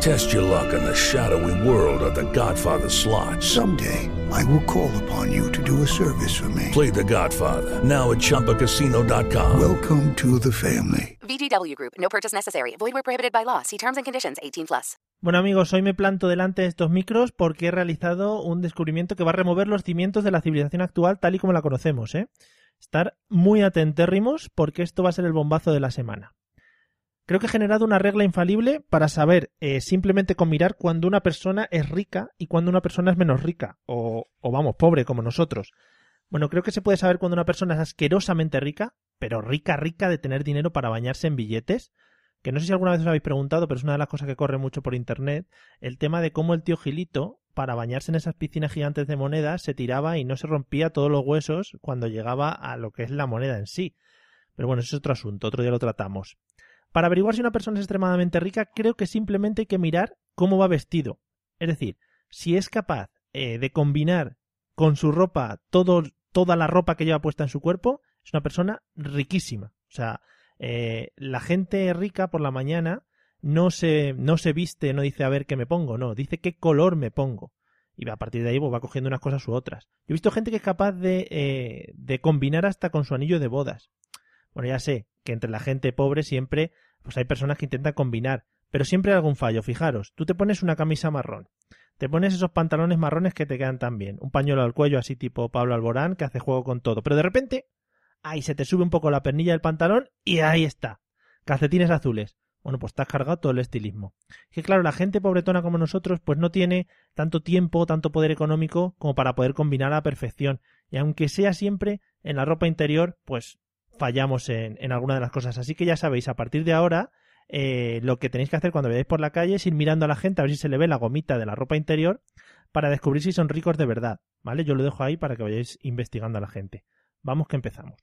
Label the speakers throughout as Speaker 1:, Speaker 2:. Speaker 1: Test your luck in the shadowy world of The Godfather slot.
Speaker 2: Someday, I will call upon you to do a service for me.
Speaker 1: Play The Godfather now at ChumbaCasino.com.
Speaker 2: Welcome to the family.
Speaker 3: VGW Group. No purchase necessary. Void where prohibited by law. See terms and conditions. 18 plus.
Speaker 4: Bueno amigos, hoy me planto delante de estos micros porque he realizado un descubrimiento que va a remover los cimientos de la civilización actual tal y como la conocemos. ¿eh? Estar muy atentérrimos porque esto va a ser el bombazo de la semana. Creo que he generado una regla infalible para saber eh, simplemente con mirar cuando una persona es rica y cuando una persona es menos rica, o, o vamos, pobre como nosotros. Bueno, creo que se puede saber cuando una persona es asquerosamente rica, pero rica, rica de tener dinero para bañarse en billetes, que no sé si alguna vez os habéis preguntado, pero es una de las cosas que corre mucho por internet, el tema de cómo el tío Gilito, para bañarse en esas piscinas gigantes de monedas, se tiraba y no se rompía todos los huesos cuando llegaba a lo que es la moneda en sí. Pero bueno, eso es otro asunto, otro día lo tratamos. Para averiguar si una persona es extremadamente rica, creo que simplemente hay que mirar cómo va vestido. Es decir, si es capaz eh, de combinar con su ropa todo, toda la ropa que lleva puesta en su cuerpo, es una persona riquísima. O sea, eh, la gente rica por la mañana no se, no se viste, no dice a ver qué me pongo, no, dice qué color me pongo. Y a partir de ahí pues, va cogiendo unas cosas u otras. Yo he visto gente que es capaz de, eh, de combinar hasta con su anillo de bodas. Bueno, ya sé que entre la gente pobre siempre pues hay personas que intentan combinar, pero siempre hay algún fallo. Fijaros, tú te pones una camisa marrón, te pones esos pantalones marrones que te quedan tan bien, un pañuelo al cuello así tipo Pablo Alborán que hace juego con todo, pero de repente, ahí se te sube un poco la pernilla del pantalón y ahí está, calcetines azules. Bueno, pues estás cargado todo el estilismo. Que claro, la gente pobretona como nosotros, pues no tiene tanto tiempo, tanto poder económico como para poder combinar a la perfección. Y aunque sea siempre en la ropa interior, pues fallamos en, en, alguna de las cosas. Así que ya sabéis, a partir de ahora, eh, lo que tenéis que hacer cuando veáis por la calle es ir mirando a la gente a ver si se le ve la gomita de la ropa interior para descubrir si son ricos de verdad. ¿Vale? Yo lo dejo ahí para que vayáis investigando a la gente. Vamos que empezamos.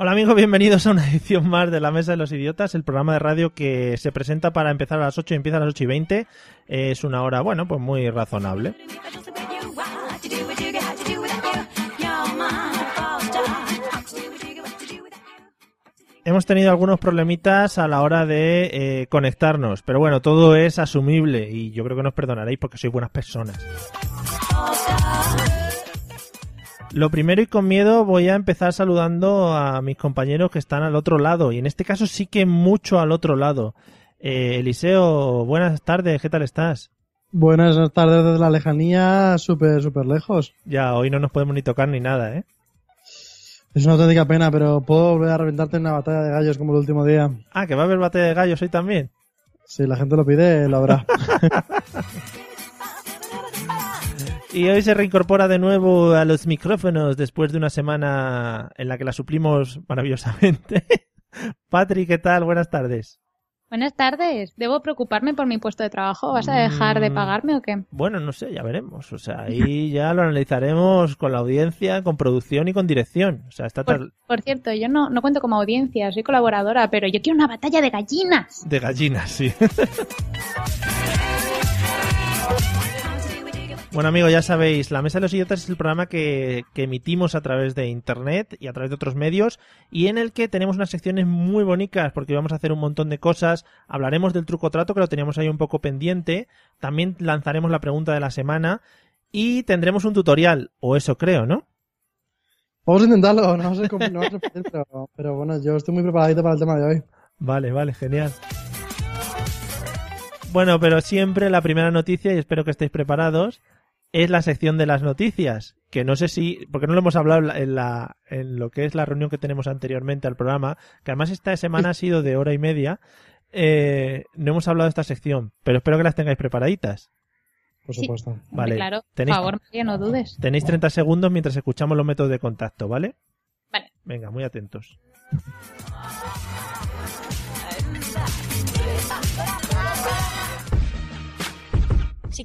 Speaker 4: Hola amigos, bienvenidos a una edición más de La Mesa de los Idiotas, el programa de radio que se presenta para empezar a las 8 y empieza a las 8 y 20. Es una hora, bueno, pues muy razonable. Hemos tenido algunos problemitas a la hora de eh, conectarnos, pero bueno, todo es asumible y yo creo que nos perdonaréis porque sois buenas personas. Lo primero y con miedo voy a empezar saludando a mis compañeros que están al otro lado, y en este caso sí que mucho al otro lado. Eh, Eliseo, buenas tardes, ¿qué tal estás?
Speaker 5: Buenas tardes desde la lejanía, súper, súper lejos.
Speaker 4: Ya, hoy no nos podemos ni tocar ni nada, ¿eh?
Speaker 5: Es una auténtica pena, pero puedo volver a reventarte en una batalla de gallos como el último día.
Speaker 4: Ah, que va a haber batalla de gallos hoy también.
Speaker 5: Si la gente lo pide, lo habrá.
Speaker 4: Y hoy se reincorpora de nuevo a los micrófonos después de una semana en la que la suplimos maravillosamente. Patri, ¿qué tal? Buenas tardes.
Speaker 6: Buenas tardes. ¿Debo preocuparme por mi puesto de trabajo? ¿Vas a dejar
Speaker 7: Mm.
Speaker 6: de pagarme o qué?
Speaker 4: Bueno, no sé, ya veremos. O sea, ahí ya lo analizaremos con la audiencia, con producción y con dirección. O sea, está
Speaker 6: por,
Speaker 4: tal...
Speaker 6: por cierto, yo no, no cuento como audiencia, soy colaboradora, pero yo quiero una batalla de gallinas.
Speaker 4: De gallinas, sí. Bueno amigos, ya sabéis, La Mesa de los Idiotas es el programa que, que, emitimos a través de Internet y a través de otros medios y en el que tenemos unas secciones muy bonitas porque vamos a hacer un montón de cosas, hablaremos del truco trato que lo teníamos ahí un poco pendiente, también lanzaremos la pregunta de la semana y tendremos un tutorial, o eso creo, ¿no?
Speaker 5: Vamos a intentarlo, no sé cómo, no sé pero, pero bueno, yo estoy muy preparadito para el tema de hoy.
Speaker 4: Vale, vale, genial. Bueno, pero siempre la primera noticia, y espero que estéis preparados, es la sección de las noticias, que no sé si, porque no lo hemos hablado en, la, en lo que es la reunión que tenemos anteriormente al programa, que además esta semana ha sido de hora y media, eh, no hemos hablado de esta sección, pero espero que las tengáis preparaditas.
Speaker 5: Por supuesto. Sí,
Speaker 6: vale, claro. Tenéis, por favor, María, no dudes.
Speaker 4: Tenéis 30 segundos mientras escuchamos los métodos de contacto, ¿vale?
Speaker 6: Vale.
Speaker 4: Venga, muy atentos.
Speaker 8: Si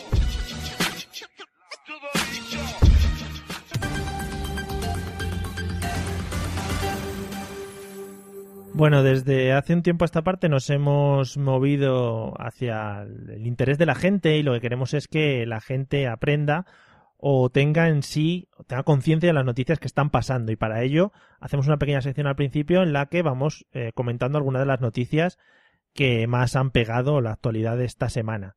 Speaker 4: Bueno, desde hace un tiempo a esta parte nos hemos movido hacia el interés de la gente y lo que queremos es que la gente aprenda o tenga en sí, o tenga conciencia de las noticias que están pasando. Y para ello hacemos una pequeña sección al principio en la que vamos eh, comentando algunas de las noticias que más han pegado la actualidad de esta semana.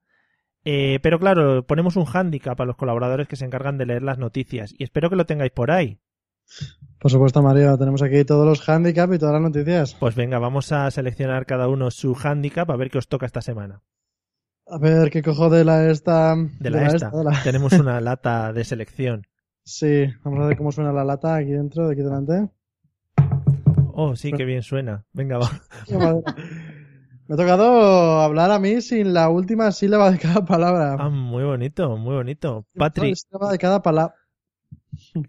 Speaker 4: Eh, pero claro, ponemos un hándicap a los colaboradores que se encargan de leer las noticias y espero que lo tengáis por ahí.
Speaker 5: Por supuesto, María, tenemos aquí todos los handicaps y todas las noticias.
Speaker 4: Pues venga, vamos a seleccionar cada uno su handicap a ver qué os toca esta semana.
Speaker 5: A ver, ¿qué cojo de la esta?
Speaker 4: De la, esta.
Speaker 5: de la-
Speaker 4: Tenemos una lata de selección.
Speaker 5: Sí, vamos a ver cómo suena la lata aquí dentro, de aquí delante.
Speaker 4: Oh, sí, qué bien suena. Venga, va.
Speaker 5: Qué madera. Me ha tocado hablar a mí sin la última sílaba de cada palabra.
Speaker 4: Ah, muy bonito, muy bonito.
Speaker 5: La
Speaker 4: Patrick,
Speaker 5: sílaba de cada palabra.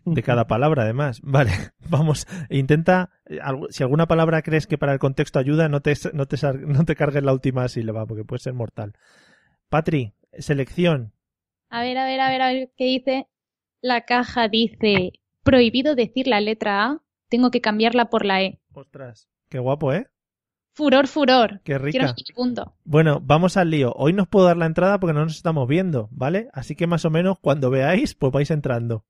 Speaker 4: de cada palabra además. Vale, vamos. Intenta, eh, algu- si alguna palabra crees que para el contexto ayuda, no te, no te, sar- no te cargues la última sílaba porque puede ser mortal. Patrick, selección.
Speaker 6: A ver, a ver, a ver, a ver qué dice. La caja dice, prohibido decir la letra A, tengo que cambiarla por la E.
Speaker 4: Ostras. Qué guapo, ¿eh?
Speaker 6: Furor, furor.
Speaker 4: Qué
Speaker 6: Quiero
Speaker 4: rica.
Speaker 6: mi punto.
Speaker 4: Bueno, vamos al lío. Hoy no os puedo dar la entrada porque no nos estamos viendo, ¿vale? Así que más o menos cuando veáis, pues vais entrando.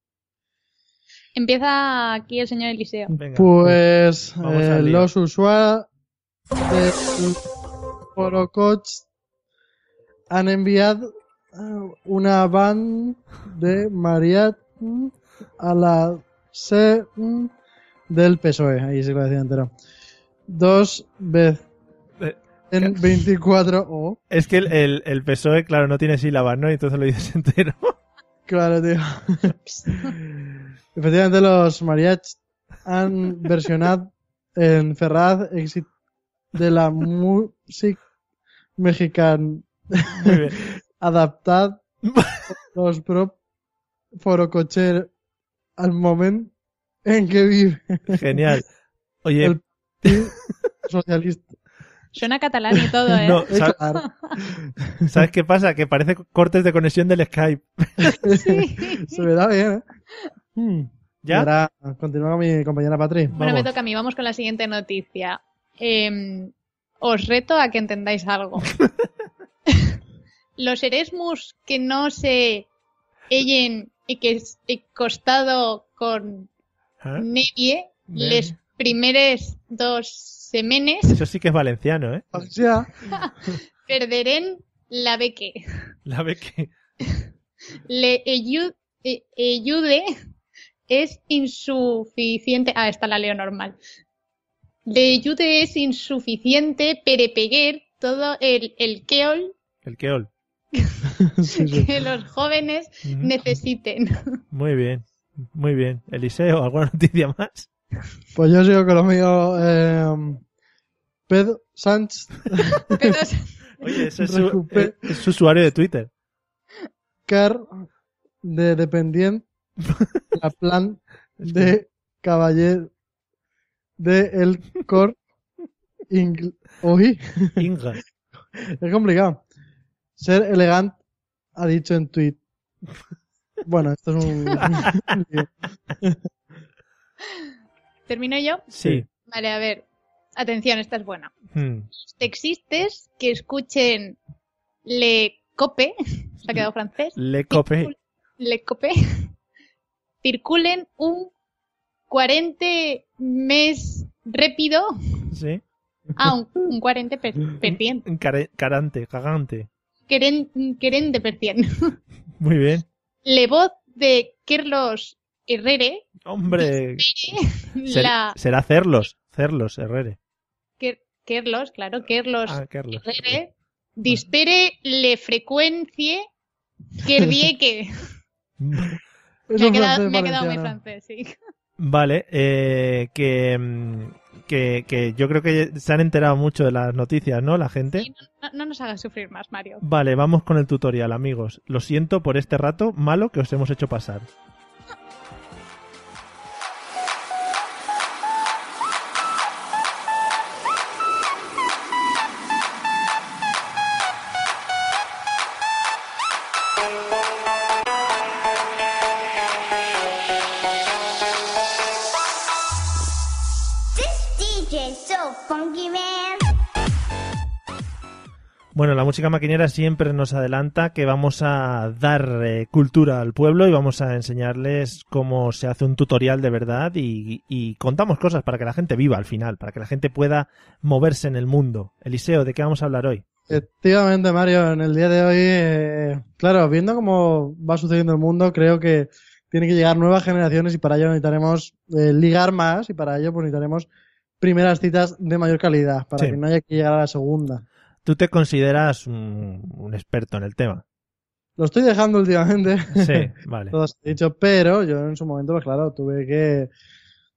Speaker 6: Empieza aquí el señor Eliseo.
Speaker 4: Venga.
Speaker 5: Pues
Speaker 4: Vamos
Speaker 5: eh,
Speaker 4: al lío.
Speaker 5: los usuarios de Forococh han enviado eh, una van de Mariat mm, a la C mm, del PSOE, E. ahí sí lo decía entero. Dos veces
Speaker 4: Eh,
Speaker 5: en oh, 24 o
Speaker 4: Es que el, el, el PSOE, E, claro, no tiene sílabas, ¿no? Y entonces lo dices entero.
Speaker 5: Claro, tío. Efectivamente, los mariachis han versionado en Ferraz Exit de la música mexicana
Speaker 4: Muy bien.
Speaker 5: adaptad los prop forococher al momento en que vive
Speaker 4: Genial. Oye,
Speaker 5: El- el socialista.
Speaker 6: Suena catalán y todo, ¿eh?
Speaker 4: no,
Speaker 5: Eh,
Speaker 4: ¿sabes,
Speaker 5: claro. E.
Speaker 4: sabes qué pasa? Que parece cortes de conexión del Skype.
Speaker 6: Sí.
Speaker 5: Se verá bien, ¿eh? Hmm.
Speaker 4: ¿Ya?
Speaker 5: Verá, continúa con mi compañera Patri.
Speaker 6: Bueno, me
Speaker 4: Vamos.
Speaker 6: toca a mí. Vamos con la siguiente noticia. Eh, os reto a que entendáis algo. Los Eresmus que no se hellen y que es y costado con
Speaker 4: ¿Ah?
Speaker 6: nevie,
Speaker 4: Nevie.
Speaker 6: les primeres dos semenes
Speaker 4: Eso sí que es valenciano, ¿eh?
Speaker 5: O sea,
Speaker 6: perderán la beque.
Speaker 4: La ve que...
Speaker 6: Le ellu- e- ayude es insuficiente. Ah, está la leo normal. Le ayude es insuficiente perepeguer todo el, el queol
Speaker 4: El queol.
Speaker 5: sí, sí.
Speaker 6: que los jóvenes
Speaker 4: Ujú.
Speaker 6: necesiten.
Speaker 4: Mm. Muy bien. Muy bien. Eliseo, ¿alguna noticia más?
Speaker 5: Pues yo sigo con lo mío. Eh, Pedro Sánchez
Speaker 6: Pero es
Speaker 4: Oye, ese es su, eh,
Speaker 5: Recupe-
Speaker 4: es su usuario de Twitter.
Speaker 5: Car de Dependiente, la plan de Caballero de El Cor Ingl- Uy,
Speaker 4: Inga.
Speaker 5: es complicado. Ser elegante ha dicho en tweet. Bueno, esto es un.
Speaker 6: ¿Termino yo?
Speaker 4: Sí.
Speaker 6: Vale, a ver. Atención, esta es buena.
Speaker 4: Hmm.
Speaker 6: Los texistes que escuchen le cope, se ha quedado francés,
Speaker 4: Le copé.
Speaker 6: le copé, circulen un 40 mes rápido,
Speaker 4: Sí.
Speaker 6: ah, un, un 40 per, per cien,
Speaker 4: Care- carante, cagante.
Speaker 6: queren, queren de per cien.
Speaker 4: Muy bien.
Speaker 6: Le voz de Carlos Herrere,
Speaker 4: Hombre. ser-
Speaker 6: la...
Speaker 4: Será Cerlos. Cerlos, Herrere.
Speaker 6: Ker- Kerlos, claro, Kerlos
Speaker 4: Ah, Carlos.
Speaker 6: Herrere, dispere le frecuencie Querdieque.
Speaker 5: Es
Speaker 6: me, ha
Speaker 5: un
Speaker 6: quedado,
Speaker 5: francés
Speaker 6: me ha quedado muy
Speaker 5: valenciano.
Speaker 6: francés, sí.
Speaker 4: Vale, eh, que, mm, que, que yo creo que se han enterado mucho de las noticias, ¿no? La gente.
Speaker 6: No, no nos hagas sufrir más, Mario.
Speaker 4: Vale, vamos con el tutorial, amigos. Lo siento por este rato malo que os hemos hecho pasar.
Speaker 9: This DJ's so funky, man.
Speaker 4: Bueno, la música maquinera siempre nos adelanta que vamos a dar eh, cultura al pueblo y vamos a enseñarles cómo se hace un tutorial de verdad y, y contamos cosas para que la gente viva al final, para que la gente pueda moverse en el mundo. Eliseo, ¿de qué vamos a hablar hoy?
Speaker 5: Efectivamente, Mario, en el día de hoy, eh, claro, viendo cómo va sucediendo el mundo, creo que tiene que llegar nuevas generaciones y para ello necesitaremos eh, ligar más y para ello pues necesitaremos primeras citas de mayor calidad, para
Speaker 4: Sí.
Speaker 5: que no haya que llegar a la segunda.
Speaker 4: Tú te consideras un, un experto en el tema.
Speaker 5: Lo estoy dejando últimamente,
Speaker 4: Sí, vale.
Speaker 5: todo se ha dicho, pero yo en su momento, pues claro, tuve que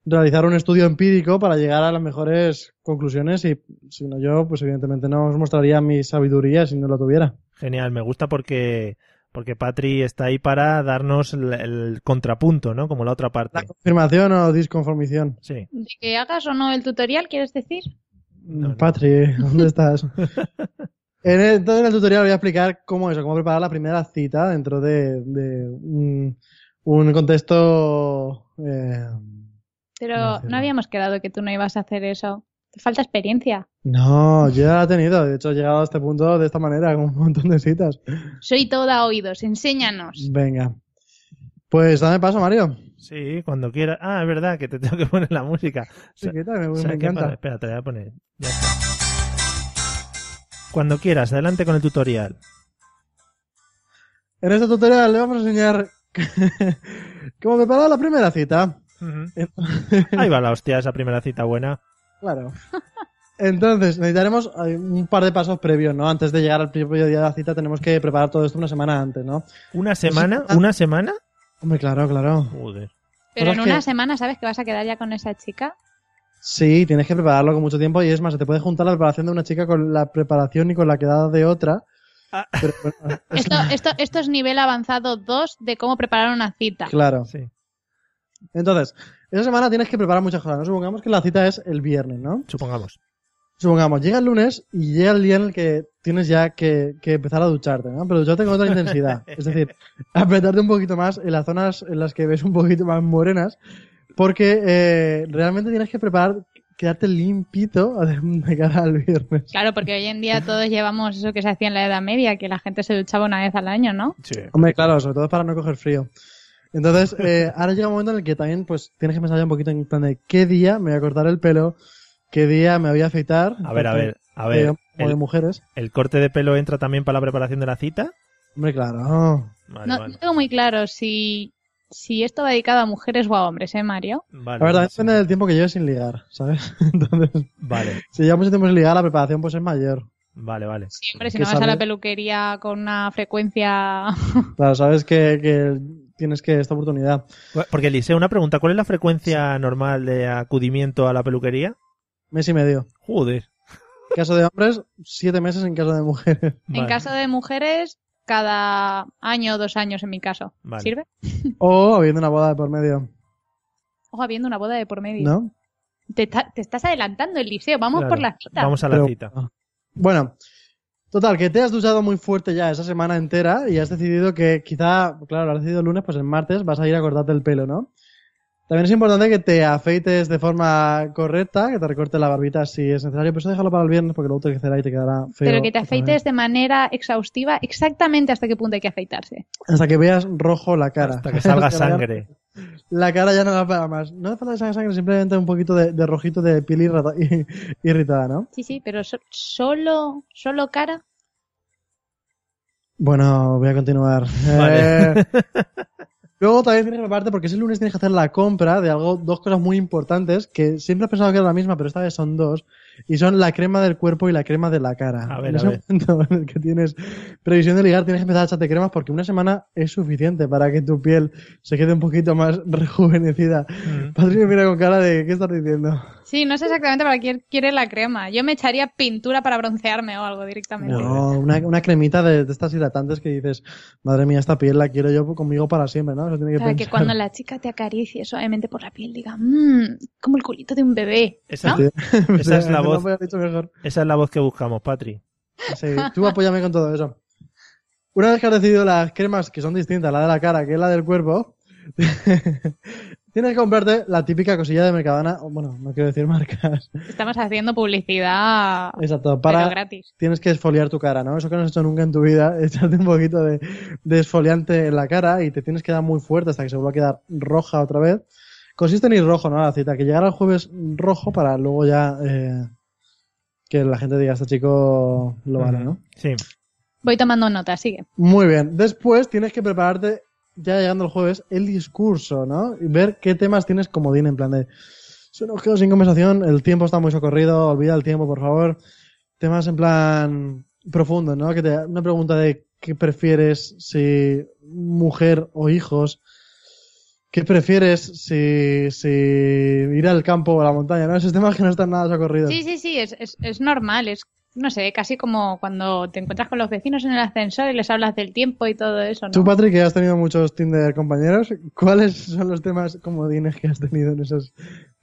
Speaker 5: realizar un estudio empírico para llegar a las mejores conclusiones y si no yo, pues evidentemente no os mostraría mi sabiduría si no la tuviera.
Speaker 4: Genial, me gusta porque porque Patri está ahí para darnos el, el contrapunto, ¿no? Como la otra
Speaker 5: La
Speaker 4: parte.
Speaker 5: confirmación o disconformición.
Speaker 4: Sí.
Speaker 6: ¿De que hagas o no el tutorial, quieres decir?
Speaker 4: No, no.
Speaker 5: Patri, ¿dónde estás? En el- entonces en el tutorial voy a explicar cómo eso, cómo preparar la primera cita dentro de, de un, un contexto eh,
Speaker 6: Pero
Speaker 5: No,
Speaker 6: no,
Speaker 5: no.
Speaker 6: habíamos quedado que tú no ibas a hacer eso. Te falta experiencia.
Speaker 5: no, yo ya la he tenido, de hecho he llegado a este punto de esta manera, con un montón de citas.
Speaker 6: Soy toda oídos, enséñanos.
Speaker 5: Venga. Pues dame paso, Mario.
Speaker 4: Sí, cuando quieras. Ah, es verdad que te tengo que poner la música.
Speaker 5: Sí, ¿qué tal? Me,
Speaker 4: O
Speaker 5: me
Speaker 4: sea, que para-
Speaker 5: encanta.
Speaker 4: espera, te la voy a poner. Ya está. Cuando quieras, adelante con el tutorial.
Speaker 5: En este tutorial le vamos a enseñar cómo preparar la primera cita.
Speaker 4: Ahí va la hostia, esa primera cita buena.
Speaker 5: Claro. Entonces, necesitaremos eh, un par de pasos previos, ¿no? Antes de llegar al propio día de la cita tenemos que preparar todo esto una semana antes, ¿no?
Speaker 4: ¿Una semana? ¿Una semana?
Speaker 5: Hombre, claro, claro.
Speaker 4: Joder.
Speaker 5: Pero
Speaker 6: Pero en
Speaker 5: es que-
Speaker 6: una semana, ¿sabes que vas a quedar ya con esa chica?
Speaker 5: Sí, tienes que prepararlo con mucho tiempo y es más, se te puede juntar la preparación de una chica con la preparación y con la quedada de otra.
Speaker 4: Ah.
Speaker 5: Pero, bueno,
Speaker 6: Esto, esto, esto es nivel avanzado 2 de cómo preparar una cita.
Speaker 5: claro.
Speaker 4: Sí,
Speaker 5: Entonces, esa semana tienes que preparar muchas cosas, ¿no? Supongamos que la cita es el viernes, ¿no?
Speaker 4: supongamos.
Speaker 5: Supongamos, llega el lunes y llega el día en el que tienes ya que, que empezar a ducharte, ¿no? Pero ducharte con otra intensidad. Es decir, apretarte un poquito más en las zonas en las que ves un poquito más morenas, porque eh, realmente tienes que preparar, quedarte limpito de cara al viernes.
Speaker 6: Claro, porque hoy en día todos llevamos eso que se hacía en la Edad Media, que la gente se duchaba una vez al año, ¿no?
Speaker 4: Sí.
Speaker 5: Hombre, claro, sobre todo para no coger frío. Entonces, eh, ahora llega un momento en el que también pues tienes que pensar ya un poquito en plan de qué día me voy a cortar el pelo, qué día me voy a afeitar.
Speaker 4: A ver, a
Speaker 5: tanto
Speaker 4: ver, a
Speaker 5: de
Speaker 4: ver.
Speaker 5: hombres como de
Speaker 4: El,
Speaker 5: mujeres.
Speaker 4: el corte de pelo entra también para la preparación de la cita?
Speaker 5: Hombre, claro.
Speaker 4: Vale,
Speaker 6: No,
Speaker 4: vale.
Speaker 6: no tengo muy claro si, si esto va dedicado a mujeres o a hombres, ¿eh, Mario?
Speaker 4: Vale,
Speaker 5: La verdad,
Speaker 4: sí.
Speaker 5: depende del tiempo que lleves sin ligar, ¿sabes? Entonces,
Speaker 4: Vale,
Speaker 5: si llevas mucho tiempo sin ligar, la preparación pues es mayor.
Speaker 4: vale, vale.
Speaker 6: Siempre, si
Speaker 5: Que
Speaker 6: no vas a la
Speaker 5: sabe-
Speaker 6: peluquería con una frecuencia.
Speaker 5: Claro, sabes que, que tienes que esta oportunidad.
Speaker 4: Porque Eliseo, una pregunta, ¿cuál es la frecuencia normal de acudimiento a la peluquería?
Speaker 5: Mes y medio.
Speaker 4: Joder.
Speaker 5: En caso de hombres, siete meses en caso de mujeres.
Speaker 6: En caso de mujeres, cada año o dos años en mi caso.
Speaker 4: Vale.
Speaker 6: ¿Sirve?
Speaker 5: O habiendo una boda de por medio,
Speaker 6: Ojo, habiendo una boda de por medio.
Speaker 5: ¿no?
Speaker 6: Te, está- te estás adelantando el liceo, vamos
Speaker 4: Claro,
Speaker 6: por la cita.
Speaker 4: Vamos a la
Speaker 5: Pero- ah,
Speaker 4: cita.
Speaker 5: Bueno, total, que te has duchado muy fuerte ya esa semana entera y has decidido que quizá, claro, lo has decidido el lunes, pues el martes vas a ir a cortarte el pelo, ¿no? También es importante que te afeites de forma correcta, que te recortes la barbita si es necesario, pero eso déjalo para el viernes porque luego te crecerá y te quedará feo.
Speaker 6: Pero que te
Speaker 5: otra vez.
Speaker 6: afeites de manera exhaustiva, exactamente hasta qué punto hay que afeitarse.
Speaker 5: Hasta que veas rojo la cara.
Speaker 4: Hasta que salga
Speaker 5: Hasta la cara-
Speaker 4: sangre.
Speaker 5: La cara ya no da para más. No hace falta que salga sangre, simplemente un poquito de, de rojito de piel irrata- irritada, ¿no?
Speaker 6: Sí, sí, pero so- solo, solo cara.
Speaker 5: Bueno, voy a continuar.
Speaker 4: Vale.
Speaker 5: Eh, luego también tienes que prepararte porque ese lunes tienes que hacer la compra de algo, dos cosas muy importantes que siempre has pensado que era la misma, pero esta vez son dos. Y son la crema del cuerpo y la crema de la cara.
Speaker 4: A ver,
Speaker 5: en
Speaker 4: a
Speaker 5: ese
Speaker 4: ver.
Speaker 5: momento en el que tienes previsión de ligar, tienes que empezar a echarte cremas porque una semana es suficiente para que tu piel se quede un poquito más rejuvenecida. Patricio mira con cara de, ¿qué estás diciendo?
Speaker 6: Sí, no sé exactamente para quién quiere la crema. Yo me echaría pintura para broncearme o algo directamente.
Speaker 5: No, una, una cremita de, de estas hidratantes que dices, madre mía, esta piel la quiero yo conmigo para siempre, ¿no? Eso tiene que
Speaker 6: Para que
Speaker 5: pensar.
Speaker 6: cuando la chica te acaricie suavemente por la piel diga, mmm, como el culito de un bebé.
Speaker 4: Esa,
Speaker 5: Sí.
Speaker 4: Esa es la
Speaker 5: No
Speaker 4: voz.
Speaker 5: me lo has dicho mejor.
Speaker 4: esa es la voz que buscamos, Patri.
Speaker 5: Sí, tú apóyame con todo eso. Una vez que has decidido las cremas que son distintas, la de la cara que es la del cuerpo, tienes que comprarte la típica cosilla de Mercadona, o bueno, no quiero decir marcas,
Speaker 6: Estamos haciendo publicidad,
Speaker 5: exacto,
Speaker 6: pero
Speaker 5: para
Speaker 6: gratis.
Speaker 5: tienes que esfoliar tu cara, ¿no? Eso que no has hecho nunca en tu vida, echarte un poquito de, de esfoliante en la cara y te tienes que dar muy fuerte hasta que se vuelva a quedar roja otra vez. Consiste en ir rojo, ¿no? La cita, que llegar al jueves rojo para luego ya eh, que la gente diga, este chico lo vale, ¿no?
Speaker 4: Sí.
Speaker 6: Voy tomando nota, sigue.
Speaker 5: Muy bien. Después tienes que prepararte, ya llegando el jueves, el discurso, ¿no? Y ver qué temas tienes comodín, en plan de. Se nos quedó sin conversación, el tiempo está muy socorrido, olvida el tiempo, por favor. Temas en plan profundo, ¿no? Que te, una pregunta de qué prefieres si mujer o hijos. ¿Qué prefieres si, si ir al campo o a la montaña? ¿no? Esos temas que no están nada socorridos.
Speaker 6: Sí, sí, sí, es, es, es normal, es, no sé, casi como cuando te encuentras con los vecinos en el ascensor y les hablas del tiempo y todo eso, ¿no?
Speaker 5: Tú, Patrick, que has tenido muchos Tinder compañeros, ¿cuáles son los temas comodines que has tenido en esas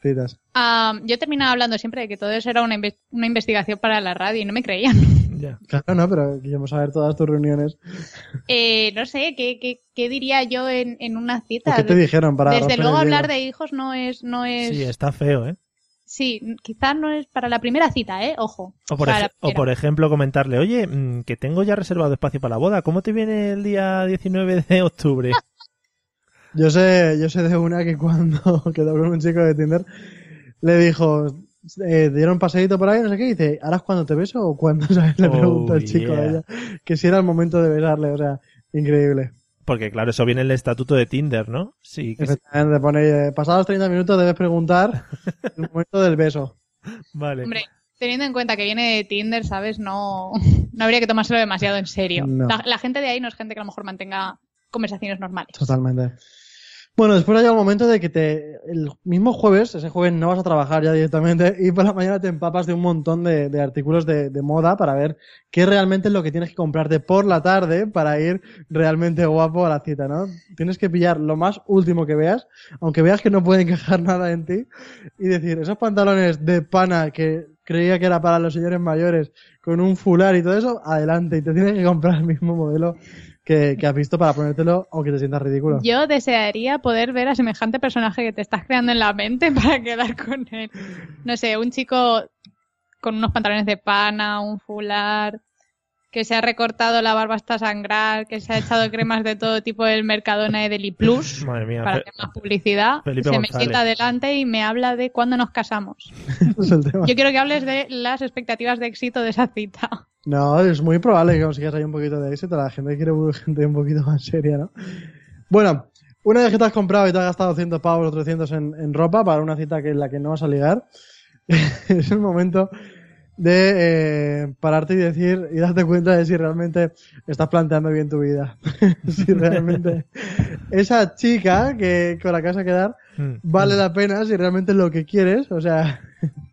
Speaker 5: citas?
Speaker 6: Ah, yo terminaba hablando siempre de que todo eso era una, inves- una investigación para la radio y no me creían.
Speaker 4: Ya.
Speaker 5: Claro, no, pero queremos saber todas tus reuniones.
Speaker 6: Eh, no sé, ¿qué, qué, qué diría yo en, en una
Speaker 5: ¿O
Speaker 6: cita?
Speaker 5: qué te dijeron para
Speaker 6: Desde
Speaker 5: romper
Speaker 6: luego
Speaker 5: el
Speaker 6: hablar
Speaker 5: hielo?
Speaker 6: de hijos no es, no es,
Speaker 4: Sí, está feo, ¿eh?
Speaker 6: sí, quizás no es para la primera cita, eh, ojo.
Speaker 4: O por,
Speaker 6: Para la
Speaker 4: ej- o
Speaker 6: primera.
Speaker 4: por ejemplo, comentarle, oye, mm, que tengo ya reservado espacio para la boda, ¿cómo te viene el día 19 de octubre?
Speaker 5: Yo sé, yo sé de una que cuando quedó con un chico de Tinder, le dijo, eh, dieron un paseíto por ahí, no sé qué, y dice, ¿ahora es cuando te beso o cuando? ¿Sabes? Le
Speaker 4: Oh,
Speaker 5: pregunta el chico
Speaker 4: yeah.
Speaker 5: a ella, que si era el momento de besarle, o sea, increíble.
Speaker 4: Porque claro, eso viene en el estatuto de Tinder, ¿no? Sí, que-
Speaker 5: Efectivamente, pone, eh, pasados 30 minutos debes preguntar el momento del beso.
Speaker 4: vale.
Speaker 6: Hombre, teniendo en cuenta que viene de Tinder, ¿sabes? No, no habría que tomárselo demasiado en serio.
Speaker 5: No.
Speaker 6: La, la gente de ahí no es gente que a lo mejor mantenga conversaciones normales.
Speaker 5: Totalmente. Bueno, después llega el momento de que te, el mismo jueves, ese jueves no vas a trabajar ya directamente y por la mañana te empapas de un montón de, de artículos de, de moda para ver qué realmente es lo que tienes que comprarte por la tarde para ir realmente guapo a la cita, ¿no? Tienes que pillar lo más último que veas, aunque veas que no puede encajar nada en ti, y decir, esos pantalones de pana que creía que era para los señores mayores con un fular y todo eso, adelante, y te tienes que comprar el mismo modelo que, que has visto para ponértelo aunque te sientas ridículo.
Speaker 6: Yo desearía poder ver a semejante personaje que te estás creando en la mente para quedar con él. No sé, un chico con unos pantalones de pana, un fular, que se ha recortado la barba hasta sangrar, que se ha echado cremas de todo tipo del Mercadona y del Iplus.
Speaker 4: Madre mía,
Speaker 6: Para
Speaker 4: Fe-
Speaker 6: hacer más publicidad,
Speaker 4: Felipe
Speaker 6: se
Speaker 4: González.
Speaker 6: me sienta delante y me habla de cuándo nos casamos.
Speaker 5: Ese es el tema.
Speaker 6: Yo quiero que hables de las expectativas de éxito de esa cita.
Speaker 5: No, es muy probable que consigas ahí un poquito de éxito. La gente quiere bu- gente un poquito más seria, ¿no? Bueno, una vez que te has comprado y te has gastado 100 pavos o 300 en, en ropa para una cita que en la que no vas a ligar, es el momento de eh, pararte y decir y darte cuenta de si realmente estás planteando bien tu vida. si realmente esa chica que con la que vas a quedar
Speaker 4: Mm.
Speaker 5: vale la pena, si realmente es lo que quieres. O sea,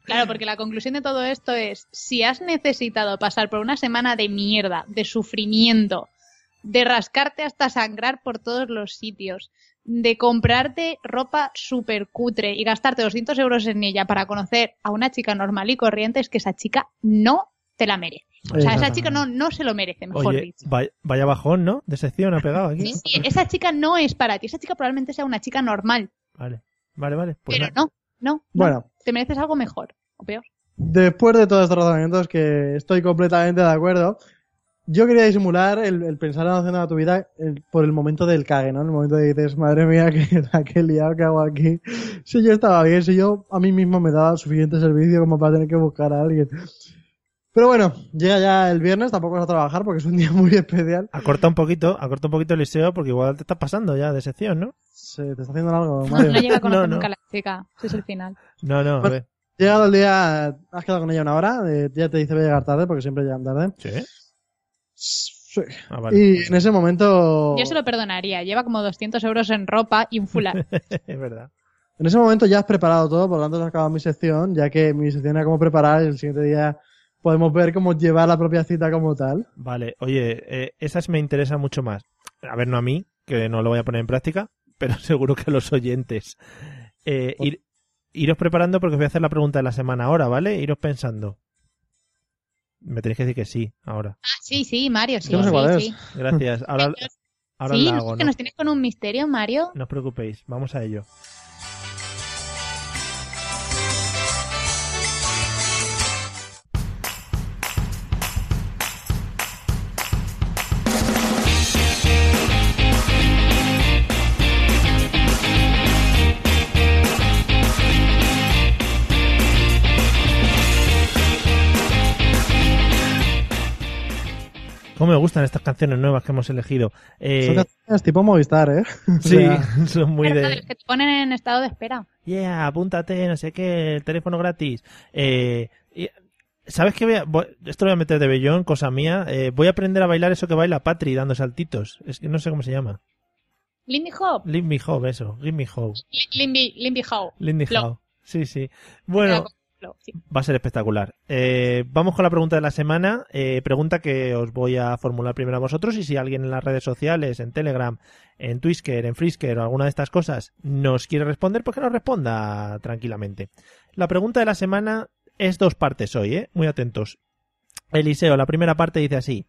Speaker 6: Claro, porque la conclusión de todo esto es, si has necesitado pasar por una semana de mierda, de sufrimiento, de rascarte hasta sangrar por todos los sitios, de comprarte ropa súper cutre y gastarte 200 euros en ella para conocer a una chica normal y corriente, es que esa chica no te la merece. O sea, esa chica no, no se lo merece, mejor
Speaker 4: Oye,
Speaker 6: dicho.
Speaker 4: vaya, vaya bajón, ¿no? De sección ha pegado aquí.
Speaker 6: Sí, eh. sí, esa chica no es para ti. Esa chica probablemente sea una chica normal,
Speaker 4: Vale, vale, vale. Pues
Speaker 6: pero
Speaker 4: nada.
Speaker 6: no, no, no.
Speaker 5: bueno.
Speaker 6: te mereces algo mejor o peor.
Speaker 5: después de todos estos razonamientos que estoy completamente de acuerdo, yo quería disimular el, el pensar en haciendo tu vida el- por el momento del cague, ¿no? El momento de que dices, madre mía, que la que he liado que hago aquí. Si yo estaba bien, si yo a mí mismo me daba suficiente servicio como para tener que buscar a alguien. Pero bueno, llega ya el viernes, tampoco vas a trabajar porque es un día muy especial.
Speaker 4: Acorta un poquito, acorta un poquito el liceo porque igual te estás pasando ya de sección, ¿no?
Speaker 5: Se te está haciendo algo,
Speaker 6: No,
Speaker 5: Mario.
Speaker 6: llega a conocer
Speaker 4: No, no.
Speaker 6: nunca a la chica. Ese es el final.
Speaker 4: No, no, a
Speaker 5: Bueno,
Speaker 4: ver.
Speaker 5: Llegado el día, has quedado con ella una hora, eh, ya te dice voy a llegar tarde porque siempre llegan tarde.
Speaker 4: Sí.
Speaker 5: Sí.
Speaker 4: Ah, vale.
Speaker 5: Y en ese
Speaker 4: Oh.
Speaker 5: momento.
Speaker 6: Yo se lo perdonaría. Lleva como 200 euros en ropa y un fular.
Speaker 4: Es verdad.
Speaker 5: En ese momento ya has preparado todo, por lo tanto has acabado mi sección, ya que mi sección era cómo preparar y el siguiente día podemos ver cómo llevar la propia cita como tal.
Speaker 4: Vale, oye, eh, esas me interesan mucho más. A ver, no a mí, que no lo voy a poner en práctica, pero seguro que a los oyentes. Eh, ir- iros preparando porque os voy a hacer la pregunta de la semana ahora, ¿vale? Iros pensando. Me tenéis que decir que sí, ahora.
Speaker 6: Ah, sí, sí, Mario, sí,
Speaker 5: Yo no sé
Speaker 6: sí,
Speaker 5: cuál es.
Speaker 6: sí.
Speaker 4: Gracias. Ahora, ahora
Speaker 6: sí,
Speaker 4: la
Speaker 6: no
Speaker 4: hago,
Speaker 6: es que
Speaker 4: ¿no?
Speaker 6: nos tienes con un misterio, Mario.
Speaker 4: No os preocupéis, vamos a ello. Cómo me gustan estas canciones nuevas que hemos elegido. Eh,
Speaker 5: Son canciones tipo Movistar, ¿eh? O
Speaker 4: Sí,
Speaker 5: sea,
Speaker 4: son muy
Speaker 6: Claro,
Speaker 4: de...
Speaker 6: del que te ponen en estado de espera.
Speaker 4: Yeah, apúntate, no sé qué, el teléfono gratis. Eh, y- ¿Sabes qué? Voy a- voy- esto lo voy a meter de bellón, cosa mía. Eh, voy a aprender a bailar eso que baila Patri dando saltitos. Es que no sé cómo se llama.
Speaker 6: Lindy Hop.
Speaker 4: Leave me hope, eso. Give me hope.
Speaker 6: Li- Lindy, Lindy Hop.
Speaker 4: Lindy
Speaker 6: Lo-
Speaker 4: Howe. Sí, sí. Bueno,
Speaker 6: Lo- sí.
Speaker 4: va a ser espectacular. Eh, vamos con la pregunta de la semana. Eh, pregunta que os voy a formular primero a vosotros y si alguien en las redes sociales, en Telegram, en Twisker, en Frisker o alguna de estas cosas nos quiere responder, pues que nos responda tranquilamente. La pregunta de la semana es dos partes hoy, ¿eh? Muy atentos. Eliseo, la primera parte dice así.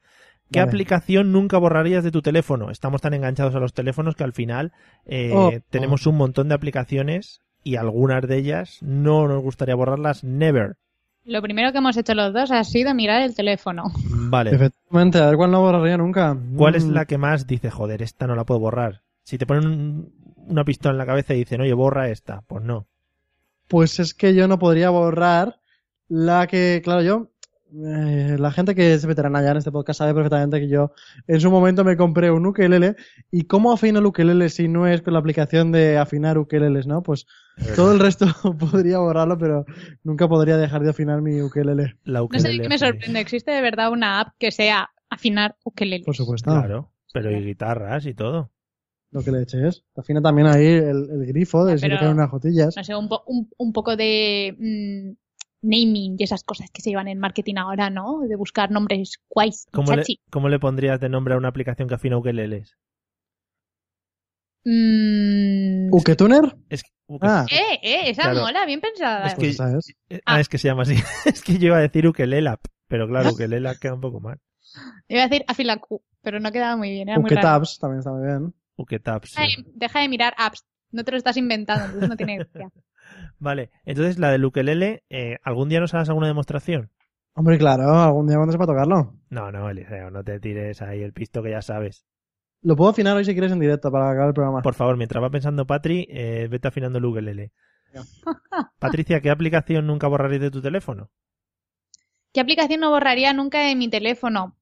Speaker 4: ¿Qué
Speaker 5: Vale.
Speaker 4: aplicación nunca borrarías de tu teléfono? Estamos tan enganchados a los teléfonos que al final eh,
Speaker 5: Oh.
Speaker 4: tenemos un montón de aplicaciones y algunas de ellas no nos gustaría borrarlas never.
Speaker 6: Lo primero que hemos hecho los dos ha sido mirar el teléfono.
Speaker 4: Vale.
Speaker 5: Efectivamente, a ver cuál no borraría nunca.
Speaker 4: ¿Cuál es
Speaker 5: Mm,
Speaker 4: la que más dice, joder, esta no la puedo borrar? Si te ponen un- una pistola en la cabeza y dicen, oye, borra esta, pues no.
Speaker 5: Pues es que yo no podría borrar la que, claro, yo, eh, la gente que es veterana ya en este podcast sabe perfectamente que yo en su momento me compré un ukelele y cómo afino el ukelele si no es con la aplicación de afinar ukeleles, ¿no? Pues todo el resto podría borrarlo, pero nunca podría dejar de afinar mi ukelele,
Speaker 4: La
Speaker 6: No sé
Speaker 4: ukelele,
Speaker 6: de qué
Speaker 4: joder.
Speaker 6: me sorprende. ¿Existe de verdad una app que sea afinar ukelele?
Speaker 5: por supuesto.
Speaker 4: Claro, pero y guitarras y todo.
Speaker 5: Lo que le eches. Afina también ahí el, el grifo de si
Speaker 6: Ah, Pero-
Speaker 5: le caen unas gotillas.
Speaker 6: No sé, un, po- un, un poco de mm, naming y esas cosas que se llevan en marketing ahora, ¿no? De buscar nombres guays. y
Speaker 4: ¿Cómo le,
Speaker 6: chachi.
Speaker 4: ¿Cómo le pondrías de nombre a una aplicación que afina ukeleles?
Speaker 6: Mm,
Speaker 5: ¿Uketuner?
Speaker 4: Es que, uke-
Speaker 5: Ah,
Speaker 6: eh, eh, esa
Speaker 4: Claro.
Speaker 6: mola, bien pensada.
Speaker 4: Es que-
Speaker 5: pues esa es.
Speaker 4: eh, ah, es que se llama así. es que yo iba a decir ukelelap, pero
Speaker 6: Ah.
Speaker 4: claro, ukelelap queda un poco mal.
Speaker 6: Iba a decir afilacu, pero no quedaba muy bien, era muy raro.
Speaker 5: Uketabs también está muy bien.
Speaker 4: Uketap, sí.
Speaker 6: Deja de, deja de mirar apps, no te lo estás inventando, entonces no tiene gracia.
Speaker 4: Vale, entonces la del ukelele, eh, ¿algún día nos harás alguna demostración?
Speaker 5: Hombre, claro, algún día cuando para tocarlo.
Speaker 4: No, no, Eliseo, no te tires ahí el pisto que ya sabes.
Speaker 5: Lo puedo afinar hoy si quieres en directo para acabar el programa.
Speaker 4: Por favor, mientras va pensando Patri, eh, vete afinando el ukelele.
Speaker 5: Ya.
Speaker 4: Patricia, ¿qué aplicación nunca borraréis de tu teléfono?
Speaker 6: ¿Qué aplicación no borraría nunca de mi teléfono?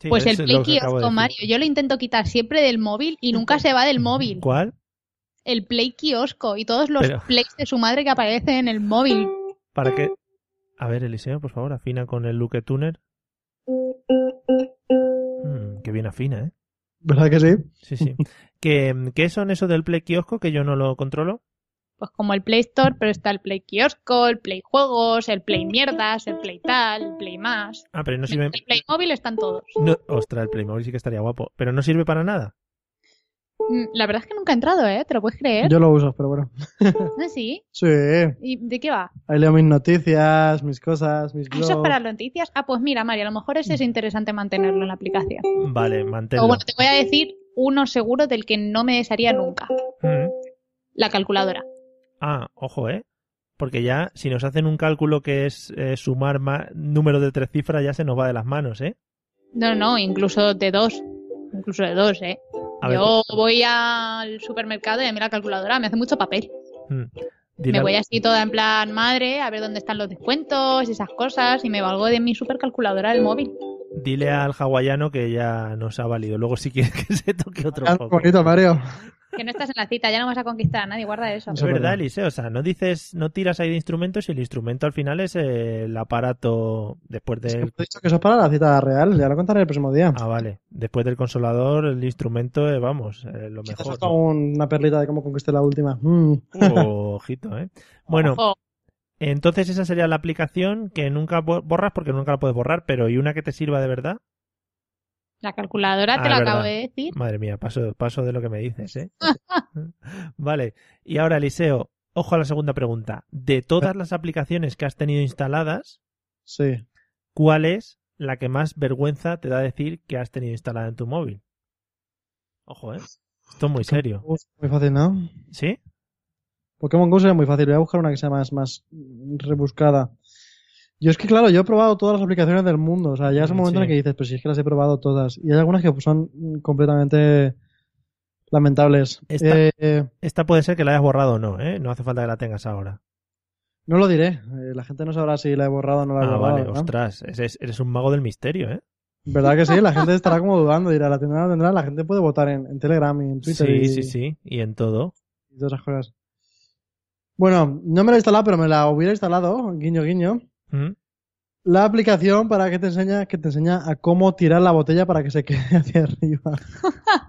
Speaker 4: Sí,
Speaker 6: pues el
Speaker 4: eso es lo
Speaker 6: Play
Speaker 4: que acabo de
Speaker 6: Kiosco,
Speaker 4: decir.
Speaker 6: Mario. Yo lo intento quitar siempre del móvil y nunca se va del móvil.
Speaker 4: ¿Cuál?
Speaker 6: El Play Kiosco y todos los
Speaker 4: Pero-
Speaker 6: plays de su madre que aparecen en el móvil.
Speaker 4: ¿Para qué? A ver, Eliseo, por favor, afina con el Luke Tuner. Mm, que bien afina, ¿eh?
Speaker 5: ¿Verdad que sí?
Speaker 4: Sí, sí. ¿Qué, qué son eso del Play Kiosco que yo no lo controlo?
Speaker 6: Pues como el Play Store, pero está el Play Kiosco, el Play Juegos, el Play Mierdas, el Play Tal, el Play Más.
Speaker 4: Ah, pero no sirve...
Speaker 6: El Play Móvil están todos.
Speaker 4: No, ostras, el Playmobil sí que estaría guapo. Pero no sirve para nada.
Speaker 6: Mm, La verdad es que nunca he entrado, ¿eh? ¿Te lo puedes creer?
Speaker 5: Yo lo uso, pero bueno.
Speaker 6: ¿Ah, sí?
Speaker 5: Sí,
Speaker 6: ¿Y de qué va?
Speaker 5: ahí leo mis noticias, mis cosas, mis
Speaker 6: Ah, Eso es
Speaker 5: blogs.
Speaker 6: para las noticias. Ah, pues mira, María, a lo mejor ese
Speaker 4: Mm.
Speaker 6: es interesante mantenerlo en la aplicación.
Speaker 4: Vale,
Speaker 6: O
Speaker 4: manténlo.
Speaker 6: bueno, te voy a decir uno seguro del que no me desharía nunca.
Speaker 4: Mm.
Speaker 6: La calculadora.
Speaker 4: Ah, ojo, ¿eh? Porque ya, si nos hacen un cálculo que es eh, sumar ma- número de tres cifras, ya se nos va de las manos, ¿eh?
Speaker 6: No, no, incluso de dos. Incluso de dos, ¿eh?
Speaker 4: A ver, pues-
Speaker 6: Yo voy al supermercado y a mí la calculadora me hace mucho papel.
Speaker 4: mm. Dile
Speaker 6: Me
Speaker 4: al-
Speaker 6: voy así toda en plan madre, a ver dónde están los descuentos y esas cosas, y me valgo de mi supercalculadora del móvil.
Speaker 4: dile al hawaiano que ya nos ha valido. Luego si quieres que se toque otro
Speaker 5: Ah,
Speaker 4: poco.
Speaker 5: bonito, Mario.
Speaker 6: Que no estás en la cita, ya no vas a conquistar a nadie, guarda eso.
Speaker 4: Es
Speaker 5: Eso es
Speaker 4: verdad,
Speaker 5: verdad.
Speaker 4: Eliseo. O sea, no dices, no tiras ahí de instrumentos y el instrumento al final es eh, el aparato después
Speaker 5: Es que
Speaker 4: del.
Speaker 5: hemos dicho que eso es para la cita real, ya lo contaré el próximo día.
Speaker 4: Ah, vale. Después del consolador, el instrumento, eh, vamos, eh, lo
Speaker 5: Quizás
Speaker 4: mejor.
Speaker 5: os hago una perlita de cómo conquisté la última. Mm.
Speaker 4: Uh, ojito, ¿eh? Bueno,
Speaker 6: Ojo.
Speaker 4: entonces esa sería la aplicación que nunca bo- borras porque nunca la puedes borrar, pero ¿y una que te sirva de verdad?
Speaker 6: La calculadora
Speaker 4: Ah,
Speaker 6: te lo
Speaker 4: es
Speaker 6: acabo
Speaker 4: verdad.
Speaker 6: de decir.
Speaker 4: Madre mía, paso, paso de lo que me dices, ¿eh? vale, y ahora Eliseo, ojo a la segunda pregunta. De todas las aplicaciones que has tenido instaladas,
Speaker 5: Sí.
Speaker 4: ¿cuál es la que más vergüenza te da decir que has tenido instalada en tu móvil? Ojo, ¿eh? Esto es muy serio.
Speaker 5: Uf, muy fácil, ¿no?
Speaker 4: ¿Sí?
Speaker 5: Pokémon Go sería muy fácil. Voy a buscar una que sea más, más rebuscada. Yo es que, claro, yo he probado todas las aplicaciones del mundo. O sea, ya es un
Speaker 4: Mm,
Speaker 5: momento en
Speaker 4: sí.
Speaker 5: el que dices, pero si es que las he probado todas. Y hay algunas que son completamente lamentables.
Speaker 4: Esta-
Speaker 5: Eh, eh,
Speaker 4: Esta puede ser que la hayas borrado o no, ¿eh? No hace falta que la tengas ahora.
Speaker 5: no lo diré. Eh, la gente no sabrá si la he borrado o no la he
Speaker 4: Ah,
Speaker 5: borrado.
Speaker 4: vale,
Speaker 5: ¿verdad?
Speaker 4: ostras, eres, eres un mago del misterio, ¿eh?
Speaker 5: ¿Verdad que sí? La gente estará como dudando. Dirá, la tendrá, la tendrá. La gente puede votar en, en Telegram y en Twitter.
Speaker 4: sí,
Speaker 5: y-
Speaker 4: sí, sí, y en todo.
Speaker 5: y todas esas cosas. Bueno, no me la he instalado, pero me la hubiera instalado, guiño, guiño.
Speaker 4: ¿Mm?
Speaker 5: La aplicación para que te enseña, que te enseña a cómo tirar la botella para que se quede hacia arriba.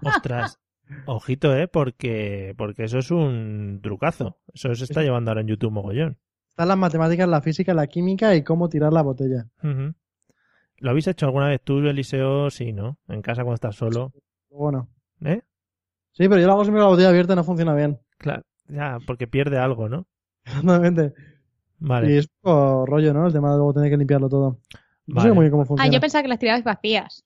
Speaker 4: Ostras, ojito, ¿eh? Porque, porque eso es un trucazo. Eso se está llevando ahora en YouTube mogollón.
Speaker 5: Están las matemáticas, la física, la química y cómo tirar la botella.
Speaker 4: Ujú. ¿Lo habéis hecho alguna vez tú, Eliseo? Sí, ¿no? En casa cuando estás solo.
Speaker 5: Luego no.
Speaker 4: ¿Eh?
Speaker 5: Sí, pero yo la hago siempre con la botella abierta y no funciona bien.
Speaker 4: Claro, ya, porque pierde algo, ¿no?
Speaker 5: Exactamente.
Speaker 4: Vale.
Speaker 5: Y es un poco rollo, ¿no? El tema de luego tener que limpiarlo todo. No
Speaker 4: Vale.
Speaker 5: sé muy bien cómo funciona.
Speaker 6: Ah, yo pensaba que las tirabas vacías.